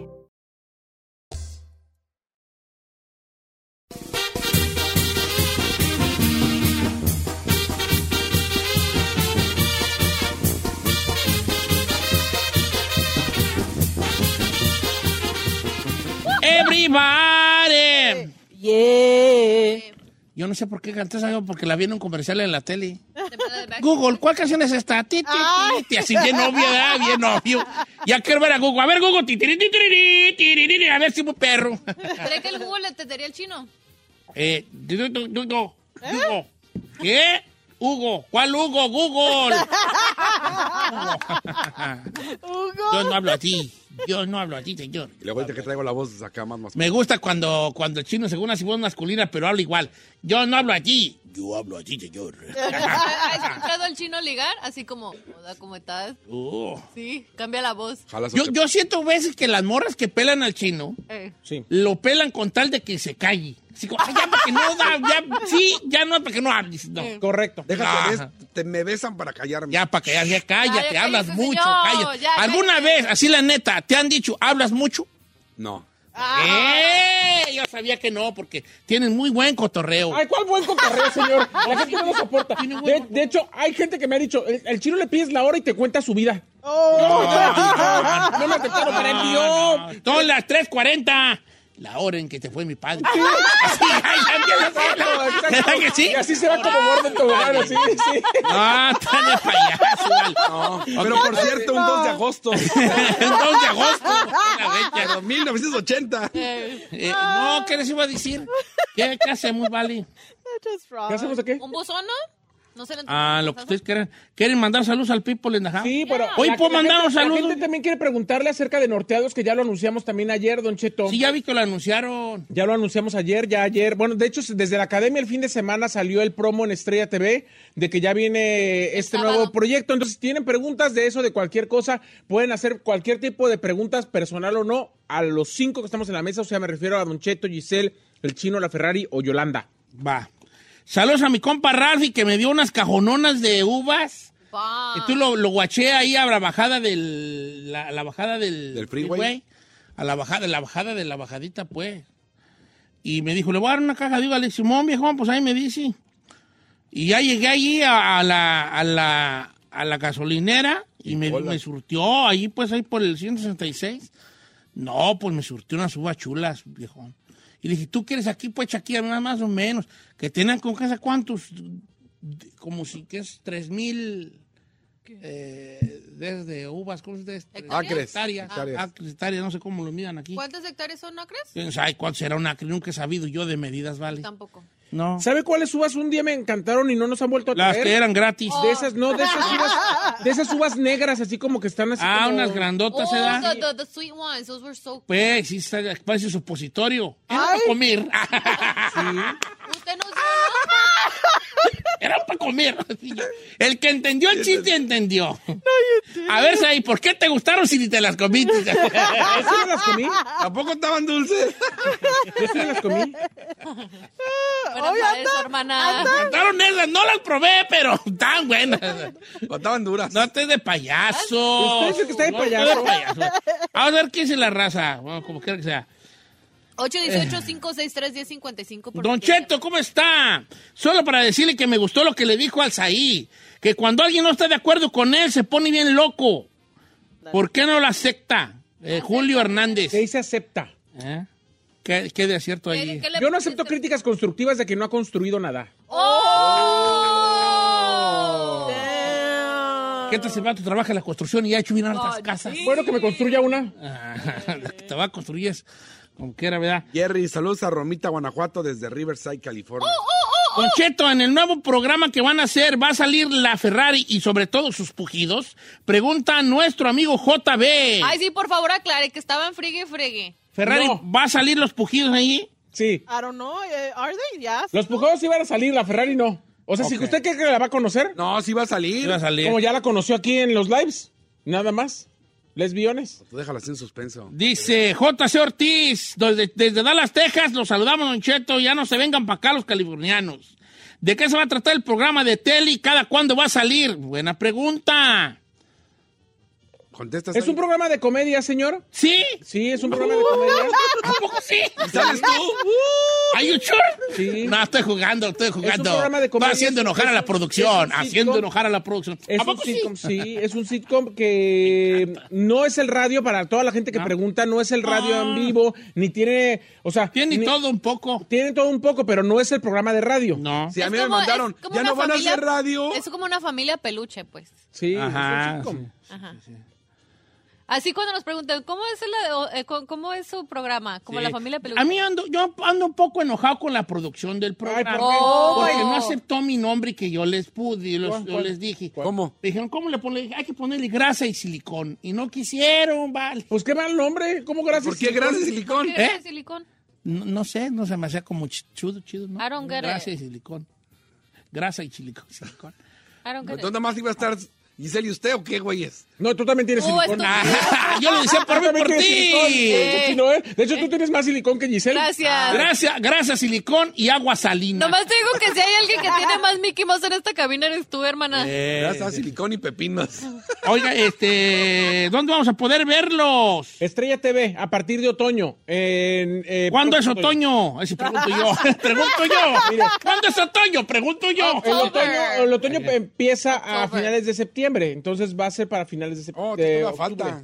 [SPEAKER 1] Everybody.
[SPEAKER 3] Yeah.
[SPEAKER 1] Yo no sé por qué cantas algo porque la vi en un comercial en la tele.
[SPEAKER 5] De pala de back.
[SPEAKER 1] Google, ¿cuál canción es esta? Ti, ti, ti, ti. Así bien obvio, ¿verdad? Bien obvio. Ya quiero ver a Google. A ver, Google. ti, tiri, ti, tiri, ti, tiri, tiri. A ver si un perro.
[SPEAKER 5] ¿Cree que el Google le entendería el chino?
[SPEAKER 1] Eh, du- du- du- du- du- Hugo. ¿Qué? Hugo. ¿Cuál Hugo? Google. Yo no
[SPEAKER 3] Hugo.
[SPEAKER 1] hablo así. Yo no hablo así, señor.
[SPEAKER 4] Y luego ahorita que traigo la voz acá más más.
[SPEAKER 1] Me gusta cuando, cuando el chino según así voz masculina, pero habla igual. Yo no hablo allí. Yo hablo allí, señor.
[SPEAKER 5] ¿Has escuchado al chino ligar? Así como, hola, ¿cómo estás?
[SPEAKER 1] Oh.
[SPEAKER 5] Sí, cambia la voz.
[SPEAKER 4] Jalas
[SPEAKER 1] Yo,
[SPEAKER 4] o que-
[SPEAKER 1] yo siento veces que las morras que pelan al chino,
[SPEAKER 5] Eh.
[SPEAKER 1] lo pelan con tal de que se calle. Así como, "Ay, ya para que no da, ya, sí, ya no, para que no hables. No.
[SPEAKER 2] Correcto.
[SPEAKER 4] Deja, te,
[SPEAKER 1] Ajá.
[SPEAKER 4] ves- te- me besan para callarme.
[SPEAKER 1] Ah. Ya, para que ya, ya
[SPEAKER 5] Ya, ya
[SPEAKER 1] cállate,
[SPEAKER 5] cállese,
[SPEAKER 1] hablas mucho,
[SPEAKER 5] señor,
[SPEAKER 1] cállate.
[SPEAKER 5] ya,
[SPEAKER 1] ¿Alguna
[SPEAKER 5] cállese.
[SPEAKER 1] vez, así la neta, te han dicho, hablas mucho?
[SPEAKER 4] No.
[SPEAKER 5] Ah.
[SPEAKER 1] ¡Eh! Yo sabía que no, porque tienen muy buen cotorreo.
[SPEAKER 2] Ay, ¿cuál buen cotorreo, señor? La gente no lo soporta.
[SPEAKER 1] Tiene buen
[SPEAKER 2] De,
[SPEAKER 1] cotorreo.
[SPEAKER 2] de hecho, hay gente que me ha dicho, el, el chino le pides la hora y te cuenta su vida.
[SPEAKER 3] Oh.
[SPEAKER 1] no,
[SPEAKER 2] No me aceptaron para
[SPEAKER 1] Ah,
[SPEAKER 2] el guión.
[SPEAKER 1] Son las 3.40. La hora en que te fue mi padre. Así, ay, ya, ya, ya, ya.
[SPEAKER 2] Exacto.
[SPEAKER 1] ¿Verdad que sí?
[SPEAKER 2] Y así se va como borde en tobogán, así, sí.
[SPEAKER 1] Ah, tan de payaso. vale.
[SPEAKER 4] No. Pero por cierto, un 2 de agosto
[SPEAKER 1] El 2 de agosto. la fecha.
[SPEAKER 4] de 1980.
[SPEAKER 1] Eh, no, ¿qué les iba a decir? ¿Qué, qué hacemos, Vale?
[SPEAKER 3] Just fraud.
[SPEAKER 2] ¿Qué hacemos aquí?
[SPEAKER 5] ¿Un buzón, no? No se le
[SPEAKER 1] Ah, lo que ustedes quieran. ¿Quieren mandar saludos al people en Ajá?
[SPEAKER 2] Sí, pero.
[SPEAKER 1] Hoy
[SPEAKER 2] la-
[SPEAKER 1] puedo
[SPEAKER 2] la
[SPEAKER 1] mandar
[SPEAKER 2] gente-
[SPEAKER 1] un saludo.
[SPEAKER 2] La gente también quiere preguntarle acerca de Norteados, que ya lo anunciamos también ayer, Don Cheto.
[SPEAKER 1] Sí, ya vi que lo anunciaron.
[SPEAKER 2] Ya lo anunciamos ayer, ya ayer. Bueno, de hecho, desde la academia el fin de semana salió el promo en Estrella TV de que ya viene este
[SPEAKER 5] sábado.
[SPEAKER 2] nuevo proyecto. Entonces, si tienen preguntas de eso, de cualquier cosa, pueden hacer cualquier tipo de preguntas, personal o no, a los cinco que estamos en la mesa. O sea, me refiero a Don Cheto, Giselle, el chino, la Ferrari o Yolanda.
[SPEAKER 1] Va. Saludos a mi compa Ralfi que me dio unas cajononas de uvas.
[SPEAKER 5] Va.
[SPEAKER 1] Y tú lo, lo guaché ahí a la bajada del. La, la bajada del.
[SPEAKER 4] ¿Del freeway?
[SPEAKER 1] A la bajada, la bajada de la bajadita, pues. Y me dijo, le voy a dar una caja de uva. Le dije, Simón, viejo, pues ahí me dice. Y ya llegué allí a, a la, a, la, a la gasolinera y, me,
[SPEAKER 4] cola.
[SPEAKER 1] me surtió ahí, pues ahí por el 166. No, pues me surtió unas uvas chulas, viejón. Y le dije, ¿tú quieres aquí, pues, aquí, nada más o menos? Que tengan con casa cuántos, de- como si que es 3000 eh, desde uvas, ¿cómo se dice?
[SPEAKER 5] ¿Hectáreas?
[SPEAKER 4] Acres,
[SPEAKER 1] Hectáreas. Ah,
[SPEAKER 4] hectáreas.
[SPEAKER 1] Acres, hectáreas, no sé cómo lo midan aquí.
[SPEAKER 5] ¿Cuántas hectáreas son, no crees?
[SPEAKER 1] ¿Quién sabe cuál será un acre? Nunca he sabido yo de medidas, ¿vale?
[SPEAKER 5] Tampoco.
[SPEAKER 1] No.
[SPEAKER 2] ¿Sabe cuáles uvas un día me encantaron y no nos han vuelto a
[SPEAKER 1] Las
[SPEAKER 2] traer?
[SPEAKER 1] que eran gratis.
[SPEAKER 5] Oh.
[SPEAKER 2] De esas, no, de esas uvas, de esas uvas negras, así como que están así.
[SPEAKER 1] Ah,
[SPEAKER 2] como-
[SPEAKER 1] unas grandotas,
[SPEAKER 5] Oh,
[SPEAKER 1] ¿verdad?
[SPEAKER 5] the, the- the sweet ones, those were so
[SPEAKER 1] Pues, sí, está, parece supositorio. Era para comer.
[SPEAKER 5] Usted nos dio, ¿no?
[SPEAKER 1] Era para comer. El que entendió el chiste entendió. A ver, Saí, ¿por qué te gustaron si ni te las comiste?
[SPEAKER 2] ¿Yo Ah, sí me las comí?
[SPEAKER 4] ¿Tampoco estaban dulces?
[SPEAKER 2] ¿Yo sí me las comí?
[SPEAKER 5] Bueno,
[SPEAKER 3] Oye,
[SPEAKER 5] para eso,
[SPEAKER 3] anda,
[SPEAKER 5] hermana.
[SPEAKER 1] Contaron esas, no las probé, pero tan buenas.
[SPEAKER 4] ¿O estaban duras?
[SPEAKER 1] No estés de payaso.
[SPEAKER 2] Usted es el que está de
[SPEAKER 1] No
[SPEAKER 2] payaso.
[SPEAKER 1] estés de payaso. Vamos a ver quién es la raza. Bueno, como quiera que sea.
[SPEAKER 5] 818-563-1055. por
[SPEAKER 1] Don
[SPEAKER 5] lo que llame.
[SPEAKER 1] Cheto, ¿cómo está? Solo para decirle que me gustó lo que le dijo al Saí, que cuando alguien no está de acuerdo con él se pone bien loco. ¿Por qué no lo acepta? Eh, Julio Hernández.
[SPEAKER 2] Se dice acepta.
[SPEAKER 1] ¿Eh? ¿Qué, qué de acierto
[SPEAKER 5] ¿Qué-
[SPEAKER 1] ahí?
[SPEAKER 5] qué le
[SPEAKER 2] Yo no
[SPEAKER 5] pusiste?
[SPEAKER 2] acepto críticas constructivas de que no ha construido nada.
[SPEAKER 5] ¡Oh!
[SPEAKER 1] ¿Qué esta semana tú trabajas en la construcción y ha hecho bien hartas
[SPEAKER 5] Oh,
[SPEAKER 1] casas?
[SPEAKER 5] sí.
[SPEAKER 2] Bueno, que me construya una.
[SPEAKER 1] Ah, la que te va a construir es como quiera, ¿verdad?
[SPEAKER 4] Jerry, saludos a Romita, Guanajuato, desde Riverside, California.
[SPEAKER 5] Oh,
[SPEAKER 1] Don Cheto, en el nuevo programa que van a hacer va a salir la Ferrari y sobre todo sus pujidos. Pregunta a nuestro amigo JB.
[SPEAKER 5] Ay, sí, por favor, aclare que estaban friegue y friegue.
[SPEAKER 1] Ferrari,
[SPEAKER 2] No.
[SPEAKER 1] ¿va a salir los pujidos ahí?
[SPEAKER 2] Sí.
[SPEAKER 3] I don't know. eh, Are they? Yes.
[SPEAKER 2] Los pujados iban a salir, la Ferrari no. O sea,
[SPEAKER 4] Ok.
[SPEAKER 2] si usted cree que la va a conocer,
[SPEAKER 4] No, sí va a salir.
[SPEAKER 1] Iba a salir.
[SPEAKER 2] como ya la conoció aquí en los lives, nada más. Lesbiones.
[SPEAKER 4] Tú déjala sin suspenso.
[SPEAKER 1] Dice JC Ortiz, desde, desde Dallas, Texas, los saludamos, Don Cheto, ya no se vengan para acá los californianos. ¿De qué se va a tratar el programa de tele y cada cuándo va a salir? Buena pregunta. Pues
[SPEAKER 4] Contestas.
[SPEAKER 2] ¿Es un programa de comedia, señor?
[SPEAKER 1] ¿Sí?
[SPEAKER 2] Sí, es un programa de comedia.
[SPEAKER 1] ¿A poco sí?
[SPEAKER 4] ¿Sabes tú?
[SPEAKER 1] ¿Are you sure?
[SPEAKER 2] Sí.
[SPEAKER 1] No, estoy jugando, estoy jugando.
[SPEAKER 2] programa de comedia,
[SPEAKER 1] Va haciendo
[SPEAKER 2] es un-
[SPEAKER 1] enojar a la
[SPEAKER 2] es un-
[SPEAKER 1] producción,
[SPEAKER 2] es un
[SPEAKER 1] haciendo
[SPEAKER 2] sitcom.
[SPEAKER 1] enojar a la producción.
[SPEAKER 2] Es
[SPEAKER 1] ¿A
[SPEAKER 2] un
[SPEAKER 1] poco sí?
[SPEAKER 2] sitcom, sí? es un sitcom que no es el radio para toda la
[SPEAKER 1] Ah.
[SPEAKER 2] gente que pregunta, no es el radio en vivo, ni tiene, o sea,
[SPEAKER 1] Tiene
[SPEAKER 2] ni-
[SPEAKER 1] todo un poco.
[SPEAKER 2] tienen todo un poco, pero no es el programa de radio.
[SPEAKER 1] No.
[SPEAKER 4] Sí, a
[SPEAKER 5] Es
[SPEAKER 4] mí me
[SPEAKER 5] como-
[SPEAKER 4] mandaron.
[SPEAKER 5] es como
[SPEAKER 4] Ya
[SPEAKER 5] una
[SPEAKER 4] no van a
[SPEAKER 5] familia-
[SPEAKER 4] hacer radio.
[SPEAKER 5] Es como una familia peluche, pues.
[SPEAKER 2] Sí,
[SPEAKER 1] Ajá,
[SPEAKER 2] es un sitcom.
[SPEAKER 5] Ajá. Así cuando nos preguntan, ¿cómo es, la- o, eh, co- cómo es su programa? Como
[SPEAKER 1] Sí.
[SPEAKER 5] la familia peluche.
[SPEAKER 1] A mí ando, yo ando un poco enojado con la producción del programa.
[SPEAKER 2] Ay, ¿por
[SPEAKER 5] qué? Oh.
[SPEAKER 1] Porque no aceptó mi nombre que yo les pude, y los-
[SPEAKER 2] ¿Cuál,
[SPEAKER 1] yo
[SPEAKER 2] cuál?
[SPEAKER 1] les dije.
[SPEAKER 4] ¿Cómo?
[SPEAKER 1] Me dijeron, ¿cómo le ponen? Le dije, Hay que ponerle grasa y silicón. Y no quisieron, vale.
[SPEAKER 2] Pues qué mal nombre, ¿cómo gracias?
[SPEAKER 4] ¿Por qué gracias, silicón?
[SPEAKER 5] ¿Qué
[SPEAKER 1] ¿Eh?
[SPEAKER 5] es el silicón?
[SPEAKER 1] No, no sé, no se me hacía como ch- chudo, chido, ¿no?
[SPEAKER 5] I don't get
[SPEAKER 1] grasa
[SPEAKER 5] it.
[SPEAKER 1] y silicón. Grasa y silicón. silicón.
[SPEAKER 5] I don't get it.
[SPEAKER 4] ¿Dónde más iba a estar Giselle y usted o qué, güeyes?
[SPEAKER 2] No, tú también tienes
[SPEAKER 5] Oh,
[SPEAKER 2] silicón.
[SPEAKER 5] estúpido.
[SPEAKER 1] Ah, yo lo decía
[SPEAKER 2] Tú
[SPEAKER 1] por mí,
[SPEAKER 2] también
[SPEAKER 1] por
[SPEAKER 2] tienes silicón.
[SPEAKER 1] ti.
[SPEAKER 2] Eso sí, no, ¿eh? De hecho, tú tienes más silicón que Giselle.
[SPEAKER 5] Gracias.
[SPEAKER 1] Grasa, grasa, silicón y agua salina.
[SPEAKER 5] Nomás te digo que si hay alguien que tiene más Mickey Mouse en esta cabina eres tú, hermana.
[SPEAKER 1] Eh,
[SPEAKER 4] Gracias, silicón y pepinos.
[SPEAKER 1] Oiga, este, ¿dónde vamos a poder verlos?
[SPEAKER 2] Estrella TV, a partir de otoño. en, eh,
[SPEAKER 1] ¿Cuándo es
[SPEAKER 2] próximo
[SPEAKER 1] otoño? Así pregunto yo. pregunto yo. ¿Cuándo es otoño? Pregunto yo.
[SPEAKER 2] El otoño,
[SPEAKER 5] October.
[SPEAKER 2] el otoño empieza a
[SPEAKER 5] October.
[SPEAKER 2] finales de septiembre, entonces va a ser para finales de
[SPEAKER 4] Oh,
[SPEAKER 2] septiembre.
[SPEAKER 4] te toda falta.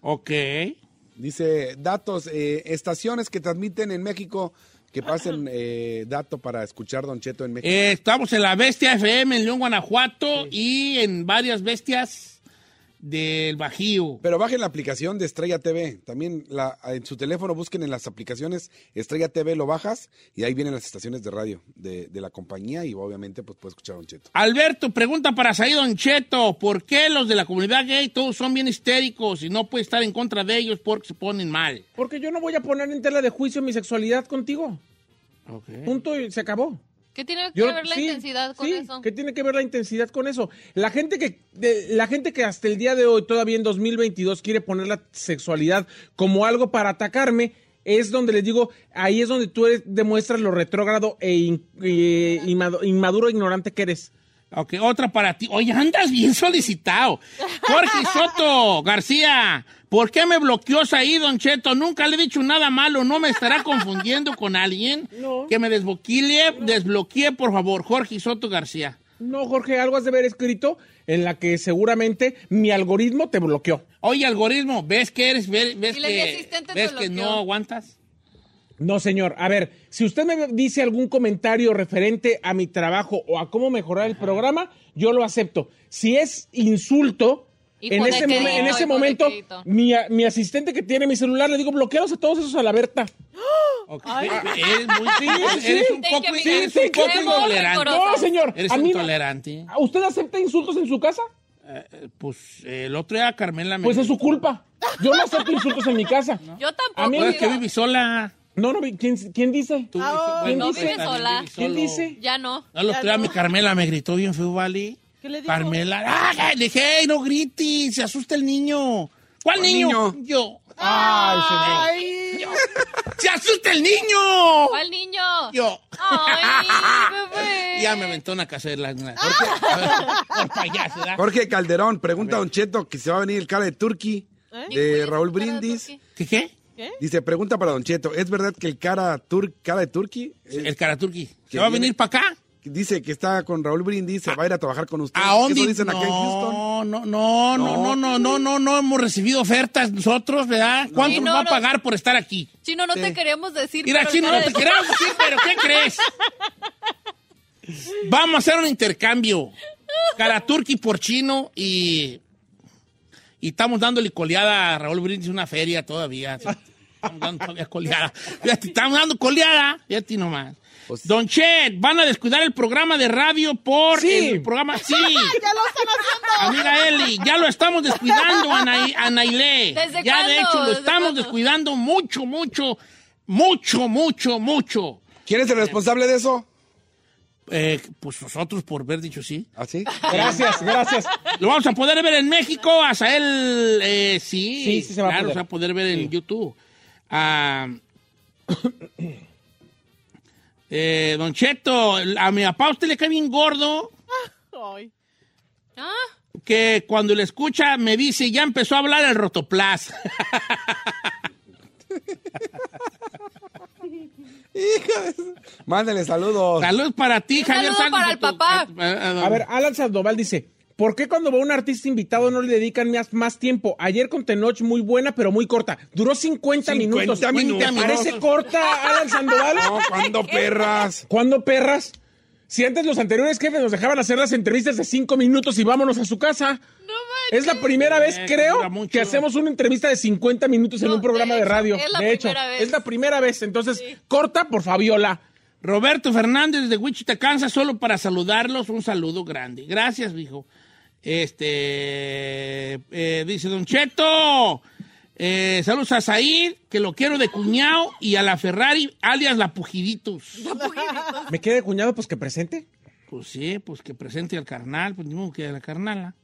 [SPEAKER 1] Ok. Eh,
[SPEAKER 4] Dice, datos, eh, estaciones que transmiten en México, que pasen eh, dato para escuchar Don Cheto en México.
[SPEAKER 1] Eh, estamos en la Bestia FM en León, Guanajuato y en varias bestias del Bajío.
[SPEAKER 4] Pero bajen la aplicación de Estrella TV. También la, en su teléfono busquen en las aplicaciones Estrella TV, lo bajas y ahí vienen las estaciones de radio de, de la compañía y obviamente pues puedes escuchar a Don Cheto.
[SPEAKER 1] Alberto, pregunta para Saí Don Cheto. ¿Por qué los de la comunidad gay todos son bien histéricos y no puede estar en contra de ellos porque se ponen mal?
[SPEAKER 2] Porque yo no voy a poner en tela de juicio mi sexualidad contigo. Punto y se acabó.
[SPEAKER 5] ¿Qué tiene que
[SPEAKER 2] Yo-
[SPEAKER 5] ver la
[SPEAKER 2] sí,
[SPEAKER 5] intensidad con
[SPEAKER 2] sí,
[SPEAKER 5] eso?
[SPEAKER 2] ¿Qué tiene que ver la intensidad con eso? La gente que de- la gente que hasta el día de hoy, todavía en 2022, quiere poner la sexualidad como algo para atacarme, es donde les digo, ahí es donde tú eres- demuestras lo retrógrado e in- eh, inmado- inmaduro e ignorante que eres.
[SPEAKER 1] Ok, otra para ti. Oye, andas bien solicitado. Jorge Soto García, ¿por qué me bloqueó ahí, Don Cheto? Nunca le he dicho nada malo. ¿No me estará confundiendo con alguien?
[SPEAKER 2] No.
[SPEAKER 1] Que me desbloquee, desbloquee, por favor, Jorge Soto García.
[SPEAKER 2] No, Jorge, algo has de haber escrito en la que seguramente mi algoritmo te bloqueó.
[SPEAKER 1] Oye, algoritmo, ¿ves que eres? ¿Ves, ves
[SPEAKER 5] Dile que
[SPEAKER 1] que,
[SPEAKER 5] asistente te
[SPEAKER 1] ves que
[SPEAKER 5] bloqueó.
[SPEAKER 1] no aguantas?
[SPEAKER 2] No, señor. A ver, si usted me dice algún comentario referente a mi trabajo o a cómo mejorar el programa, yo lo acepto. Si es insulto,
[SPEAKER 5] Hijo
[SPEAKER 2] en
[SPEAKER 5] de
[SPEAKER 2] ese,
[SPEAKER 5] Quedito,
[SPEAKER 2] momen- en
[SPEAKER 5] hijo
[SPEAKER 2] ese
[SPEAKER 5] de
[SPEAKER 2] momento,
[SPEAKER 5] Quedito.
[SPEAKER 2] mi, a- mi asistente que tiene mi celular, le digo, bloqueados a todos esos a la Berta.
[SPEAKER 1] Eres Ah, muy sí,
[SPEAKER 2] Sí, sí.
[SPEAKER 1] eres un
[SPEAKER 5] Thank
[SPEAKER 1] poco,
[SPEAKER 5] you,
[SPEAKER 1] sí,
[SPEAKER 5] amiga.
[SPEAKER 1] eres un poco
[SPEAKER 5] Queremos
[SPEAKER 1] intolerante.
[SPEAKER 5] rencoroso.
[SPEAKER 2] No, señor.
[SPEAKER 1] Eres
[SPEAKER 2] a mí no-
[SPEAKER 1] intolerante.
[SPEAKER 2] ¿Usted acepta insultos en su casa?
[SPEAKER 1] Ah, Pues eh, el otro día Carmela me
[SPEAKER 2] Pues es su culpa. Yo no acepto insultos en mi casa.
[SPEAKER 5] Yo tampoco.
[SPEAKER 2] A mí-
[SPEAKER 1] Pues
[SPEAKER 5] digo,
[SPEAKER 1] es que viví sola.
[SPEAKER 2] No, no, ¿quién, quién dice?
[SPEAKER 1] Tú
[SPEAKER 3] Ah,
[SPEAKER 1] vives-
[SPEAKER 2] no
[SPEAKER 1] pues,
[SPEAKER 2] vives
[SPEAKER 1] también
[SPEAKER 5] sola.
[SPEAKER 1] viví
[SPEAKER 2] ¿Quién
[SPEAKER 1] solo.
[SPEAKER 2] dice?
[SPEAKER 5] Ya no.
[SPEAKER 1] No, el otro
[SPEAKER 3] Ya
[SPEAKER 1] día mi
[SPEAKER 3] no.
[SPEAKER 1] Carmela me gritó bien feo, ¿vale?
[SPEAKER 3] ¿Qué le dijo?
[SPEAKER 1] Carmela, ¡ah! le dije, "Ey, no grites, se asusta el niño. ¿Cuál niño?
[SPEAKER 4] niño?
[SPEAKER 1] Yo.
[SPEAKER 3] Ay,
[SPEAKER 1] ¡Se asusta el niño!
[SPEAKER 5] ¿Cuál niño?
[SPEAKER 1] Yo.
[SPEAKER 5] Ay, bebé.
[SPEAKER 1] Ya me aventó una casa de las Jorge, por payaso, ¿verdad?
[SPEAKER 4] Jorge Calderón, pregunta a Don Cheto que se va a venir el cara de Turqui de Raúl Brindis.
[SPEAKER 1] ¿Qué? qué?
[SPEAKER 4] Dice, pregunta para Don Cheto, ¿es verdad que el cara, tur- cara de Turqui eh,
[SPEAKER 1] El Karaturki. ¿Se
[SPEAKER 4] ¿Qué
[SPEAKER 1] va a
[SPEAKER 4] viene?
[SPEAKER 1] venir para acá?
[SPEAKER 4] dice que está con Raúl Brindis, se va a ir a trabajar con usted?
[SPEAKER 1] ¿A dónde?
[SPEAKER 4] Eso dicen
[SPEAKER 1] no,
[SPEAKER 4] aquí en Houston.
[SPEAKER 1] no, no, no, no, no, no, no, no hemos recibido ofertas nosotros, ¿verdad? ¿Cuánto
[SPEAKER 5] Sí,
[SPEAKER 1] nos
[SPEAKER 5] no,
[SPEAKER 1] va a
[SPEAKER 5] no.
[SPEAKER 1] pagar por estar aquí?
[SPEAKER 5] Chino, no te
[SPEAKER 4] Sí.
[SPEAKER 5] queríamos decir.
[SPEAKER 1] Mira,
[SPEAKER 5] pero
[SPEAKER 1] chino, no
[SPEAKER 5] cara
[SPEAKER 1] te
[SPEAKER 5] de-
[SPEAKER 1] queramos decir, pero ¿qué crees? Vamos a hacer un intercambio. Cara turqui por chino y. Y estamos dándole coleada a Raúl Brindis una feria todavía. Estamos dando todavía coleada. Fíjate, estamos dando coleada. Fíjate nomás. Don Chet, van a descuidar el programa de radio por
[SPEAKER 2] Sí.
[SPEAKER 1] el programa. Sí.
[SPEAKER 3] ya lo están haciendo.
[SPEAKER 1] Amiga Eli, ya lo estamos descuidando, Anaí- Anailé.
[SPEAKER 5] ¿Desde
[SPEAKER 1] ya de
[SPEAKER 5] cuándo?
[SPEAKER 1] hecho lo
[SPEAKER 5] ¿Desde
[SPEAKER 1] estamos
[SPEAKER 5] cuándo?
[SPEAKER 1] descuidando mucho, mucho, mucho, mucho, mucho.
[SPEAKER 4] ¿Quién es el responsable de eso?
[SPEAKER 1] Eh, pues nosotros por haber dicho sí.
[SPEAKER 4] ¿Así?
[SPEAKER 2] Gracias, gracias.
[SPEAKER 1] Lo vamos a poder ver en México, hasta él eh, sí,
[SPEAKER 2] Sí, sí se va a
[SPEAKER 1] claro,
[SPEAKER 2] poder.
[SPEAKER 1] se va a poder ver en YouTube. Ah, eh, don Cheto, a mi papá usted le cae bien gordo
[SPEAKER 3] Ay.
[SPEAKER 5] Ah,
[SPEAKER 1] que cuando le escucha me dice, ya empezó a hablar el rotoplas.
[SPEAKER 4] Mándale saludos.
[SPEAKER 1] Salud para ti,
[SPEAKER 5] Un
[SPEAKER 1] Javier
[SPEAKER 5] saludo
[SPEAKER 1] Sánchez,
[SPEAKER 5] para
[SPEAKER 1] a
[SPEAKER 5] el
[SPEAKER 1] tu- eh,
[SPEAKER 5] papá.
[SPEAKER 1] a- a- a-
[SPEAKER 2] A ver, Alan Sandoval dice, ¿por qué cuando va un artista invitado no le dedican más, más tiempo? Ayer con Tenoch muy buena, pero muy corta. Duró 50,
[SPEAKER 4] 50
[SPEAKER 2] minutos. ¿Te
[SPEAKER 4] minutos.
[SPEAKER 2] parece corta, Alan Sandoval?
[SPEAKER 4] No, ¿cuándo, perras?
[SPEAKER 2] ¿Cuándo, perras? Si antes los anteriores jefes nos dejaban hacer las entrevistas de cinco minutos y vámonos a su casa.
[SPEAKER 5] no
[SPEAKER 2] Es
[SPEAKER 5] manches.
[SPEAKER 2] la primera vez,
[SPEAKER 1] Eh, dura
[SPEAKER 2] creo,
[SPEAKER 1] mucho.
[SPEAKER 2] que hacemos una entrevista de 50 minutos en
[SPEAKER 5] No,
[SPEAKER 2] un programa de,
[SPEAKER 5] de hecho,
[SPEAKER 2] radio.
[SPEAKER 5] es la
[SPEAKER 2] de hecho,
[SPEAKER 5] primera vez.
[SPEAKER 2] es la primera vez. Entonces, corta por Fabiola.
[SPEAKER 1] Roberto Fernández de Wichita, Kansas, solo para saludarlos, un saludo grande. Gracias, hijo. Este, eh, dice Don Cheto, eh, saludos a Said, que lo quiero de cuñado, y a la Ferrari, alias la Pujiditos.
[SPEAKER 2] ¿Me queda de cuñado? Pues que presente.
[SPEAKER 1] Pues sí, pues que presente al carnal, pues ni modo que a la carnala.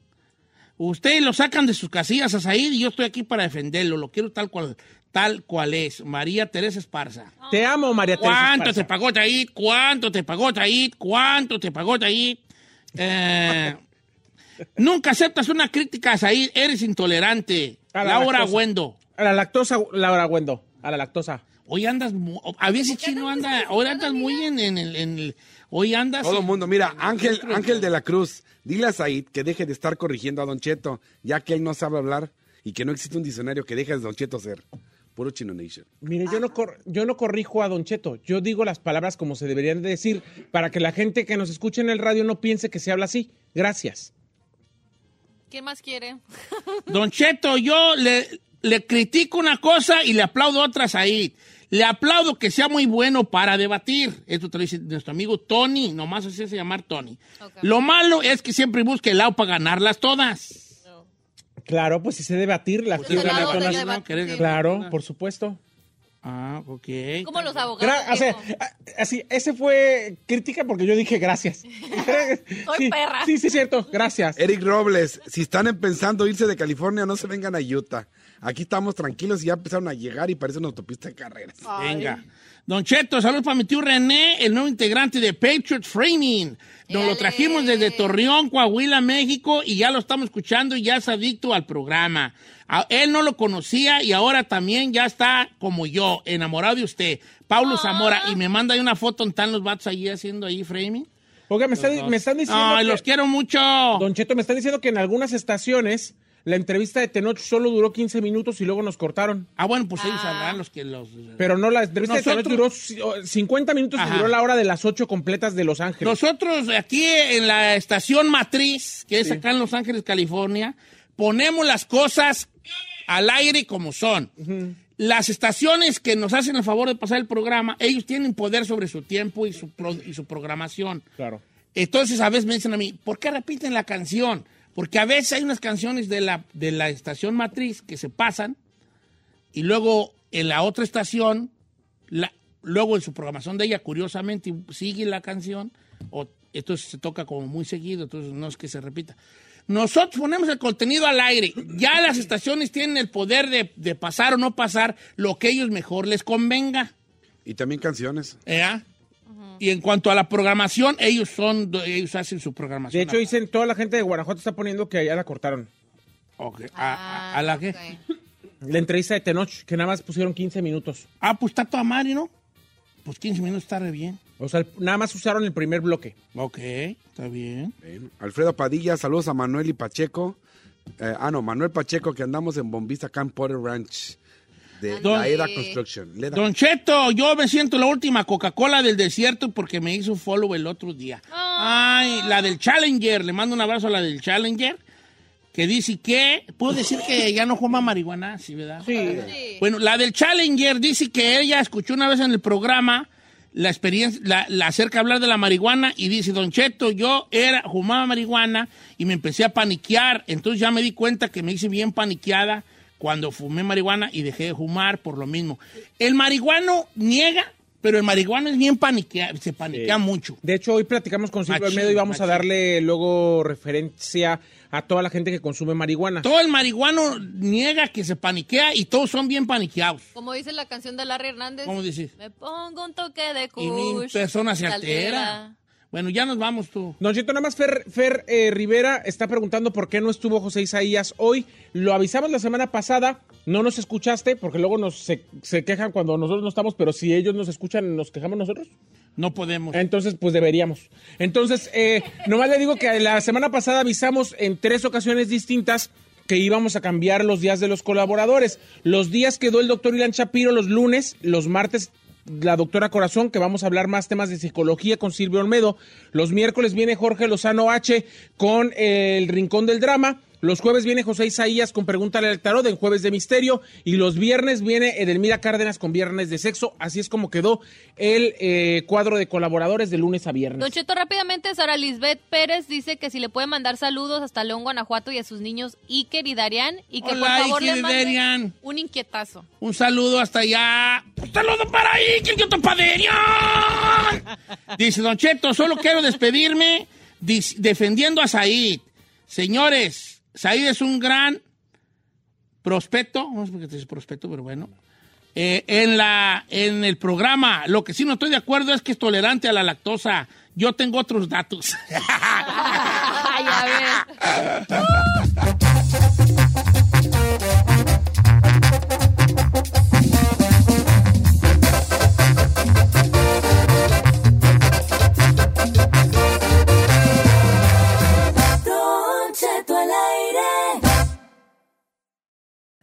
[SPEAKER 1] Ustedes lo sacan de sus casillas a Said y yo estoy aquí para defenderlo, lo quiero tal cual, tal cual es. María Teresa Esparza.
[SPEAKER 5] Ah.
[SPEAKER 2] Te amo, María Teresa.
[SPEAKER 1] ¿Cuánto
[SPEAKER 2] Esparza.
[SPEAKER 1] te pagó Taid? ¿Cuánto te pagó Taid? ¿Cuánto te pagó Taid? Eh, nunca aceptas una crítica a Said. Eres intolerante.
[SPEAKER 2] A la
[SPEAKER 1] Laura
[SPEAKER 2] lactosa.
[SPEAKER 1] Wendo.
[SPEAKER 2] A la lactosa, Laura Wendo. A la lactosa.
[SPEAKER 1] Hoy andas. mu- A veces chino anda. Hoy andas muy en, en el- en el. Hoy andas.
[SPEAKER 4] Todo el mundo, mira, Ángel, Ángel de la Cruz, dile a Said que deje de estar corrigiendo a Don Cheto, ya que él no sabe hablar y que no existe un diccionario que deje a Don Cheto ser. Puro Chino Nation.
[SPEAKER 2] Mire, yo no, cor- yo no corrijo a Don Cheto. Yo digo las palabras como se deberían de decir para que la gente que nos escuche en el radio no piense que se habla así. Gracias.
[SPEAKER 5] ¿Quién más quiere? Pues
[SPEAKER 1] Don Cheto, yo le, le critico una cosa y le aplaudo otra a Said. Le aplaudo que sea muy bueno para debatir. Esto te lo dice nuestro amigo Tony, nomás así se hace llamar Tony.
[SPEAKER 5] Ok.
[SPEAKER 1] Lo malo es que siempre busca el lado para ganarlas todas.
[SPEAKER 2] Claro, pues si se debatir la
[SPEAKER 5] Pues
[SPEAKER 2] actitud
[SPEAKER 5] el lado
[SPEAKER 2] ganatonas-
[SPEAKER 5] de debatir.
[SPEAKER 1] Querer-
[SPEAKER 2] Claro, por supuesto.
[SPEAKER 1] Ah, ok.
[SPEAKER 5] Como los abogados.
[SPEAKER 2] Gra- o sea,
[SPEAKER 5] viejo.
[SPEAKER 2] a- así, ese fue crítica porque yo dije gracias.
[SPEAKER 5] Soy
[SPEAKER 2] sí,
[SPEAKER 5] perra.
[SPEAKER 2] Sí, sí, cierto. Gracias.
[SPEAKER 1] Eh,
[SPEAKER 4] Eric Robles, si están pensando irse de California, no se vengan a Utah. Aquí estamos tranquilos y ya empezaron a llegar y parece una autopista de carreras.
[SPEAKER 1] Venga. Don Cheto, saludos para mi tío René, el nuevo integrante de Patriot Framing. Nos lo
[SPEAKER 5] Dale.
[SPEAKER 1] trajimos desde Torreón, Coahuila, México, y ya lo estamos escuchando y ya es adicto al programa. A- él no lo conocía y ahora también ya está como yo, enamorado de usted, Pablo Zamora, y me manda ahí una foto donde están los vatos allí haciendo ahí framing.
[SPEAKER 2] Oiga, me, está- me están diciendo.
[SPEAKER 1] Ay,
[SPEAKER 2] que-
[SPEAKER 1] los quiero mucho.
[SPEAKER 2] Don Cheto, me están diciendo que en algunas estaciones la entrevista de Tenoch solo duró 15 minutos y luego nos cortaron.
[SPEAKER 1] Ah, bueno, pues ellos sabrán los que los...
[SPEAKER 2] Pero no, la entrevista de Tenoch
[SPEAKER 1] Nosotros-
[SPEAKER 2] duró ci- o- 50 minutos
[SPEAKER 1] Ajá.
[SPEAKER 2] y duró la hora de las 8 completas de Los Ángeles.
[SPEAKER 1] Nosotros aquí en la estación matriz, que es acá en Los Ángeles, California, ponemos las cosas al aire como son. Las estaciones que nos hacen el favor de pasar el programa, ellos tienen poder sobre su tiempo y su, pro- y su programación.
[SPEAKER 2] Claro.
[SPEAKER 1] Entonces a veces me dicen a mí, ¿por qué repiten la canción? Porque a veces hay unas canciones de la, de la estación matriz que se pasan y luego en la otra estación, la- luego en su programación de ella, curiosamente, sigue la canción. O, entonces se toca como muy seguido, entonces no es que se repita. Nosotros ponemos el contenido al aire. Ya las estaciones tienen el poder de, de pasar o no pasar lo que ellos mejor les convenga.
[SPEAKER 4] Y también canciones.
[SPEAKER 1] ¿eh? Y en cuanto a la programación, ellos son ellos hacen su programación. Ah,
[SPEAKER 2] De hecho, dicen, toda la gente de Guanajuato está poniendo que allá la cortaron.
[SPEAKER 1] Ok, ¿A,
[SPEAKER 5] Ah,
[SPEAKER 1] a- a la que
[SPEAKER 2] La entrevista de Tenoch, que nada más pusieron 15 minutos.
[SPEAKER 1] Ah, pues está toda madre, ¿no? Pues 15 minutos está re bien.
[SPEAKER 2] O sea, el- nada más usaron el primer bloque.
[SPEAKER 1] Ok, está bien.
[SPEAKER 4] Alfredo Padilla, saludos a Manuel y Pacheco. Eh, ah, no, Manuel Pacheco, que andamos en Bombista Camp Potter Ranch de
[SPEAKER 1] Don-
[SPEAKER 4] la Eda Construction. Leda-
[SPEAKER 1] Don Cheto, yo me siento la última Coca-Cola del desierto porque me hizo follow el otro día. Ay, la del Challenger. Le mando un abrazo a la del Challenger. Que dice que. Puedo decir que ya no fuma marihuana, sí, ¿verdad? Sí. Bueno, la del Challenger dice que ella escuchó una vez en el programa la experiencia, la, la acerca hablar de la marihuana y dice, Don Cheto, yo era, fumaba marihuana y me empecé a paniquear. Entonces ya me di cuenta que me hice bien paniqueada cuando fumé marihuana y dejé de fumar por lo mismo. El marihuano niega, pero el marihuano es bien paniqueado, se paniquea mucho.
[SPEAKER 2] De hecho, hoy platicamos con Silvio
[SPEAKER 1] Machín,
[SPEAKER 2] Almedo y vamos
[SPEAKER 1] machín.
[SPEAKER 2] a darle luego referencia a toda la gente que consume marihuana.
[SPEAKER 1] Todo el marihuano niega que se paniquea y todos son bien paniqueados.
[SPEAKER 5] Como dice la canción de Larry Hernández.
[SPEAKER 1] ¿Cómo dices?
[SPEAKER 5] Me pongo un toque de
[SPEAKER 1] Y mi
[SPEAKER 5] kush.
[SPEAKER 1] persona se altera. Bueno, ya nos vamos tú.
[SPEAKER 2] Don Cheto, nada más Fer, Fer, eh, Rivera está preguntando por qué no estuvo José Isaías hoy. Lo avisamos la semana pasada, no nos escuchaste, porque luego nos se, se quejan cuando nosotros no estamos, pero si ellos nos escuchan, ¿nos quejamos nosotros?
[SPEAKER 1] No podemos.
[SPEAKER 2] Entonces, pues deberíamos. Entonces, eh, nomás le digo que la semana pasada avisamos en tres ocasiones distintas que íbamos a cambiar los días de los colaboradores. Los días quedó el doctor Ilan Shapiro los lunes, los martes la doctora Corazón, que vamos a hablar más temas de psicología con Silvio Olmedo. Los miércoles viene Jorge Lozano H con eh, el Rincón del Drama. Los jueves viene José Isaías con Pregúntale al Tarot en Jueves de Misterio. Y los viernes viene Edelmira Cárdenas con Viernes de Sexo. Así es como quedó el eh, cuadro de colaboradores de lunes a viernes.
[SPEAKER 5] Don Cheto, rápidamente, Sara Lisbeth Pérez dice que si le puede mandar saludos hasta León, Guanajuato y a sus niños Iker y Darian. Y que
[SPEAKER 1] Hola,
[SPEAKER 5] por favor
[SPEAKER 1] Iker
[SPEAKER 5] le
[SPEAKER 1] y
[SPEAKER 5] mande
[SPEAKER 1] Darian.
[SPEAKER 5] un inquietazo.
[SPEAKER 1] Un saludo hasta allá. Un saludo para ahí, que yo topaderión. Dice Don Cheto, solo quiero despedirme dis- defendiendo a Said. Señores, Said es un gran prospecto, no sé por qué te dice prospecto, pero bueno. Eh, en, la, en el programa, lo que sí no estoy de acuerdo es que es tolerante a la lactosa. Yo tengo otros datos.
[SPEAKER 5] Ay, a ver.
[SPEAKER 7] Don Cheto al aire.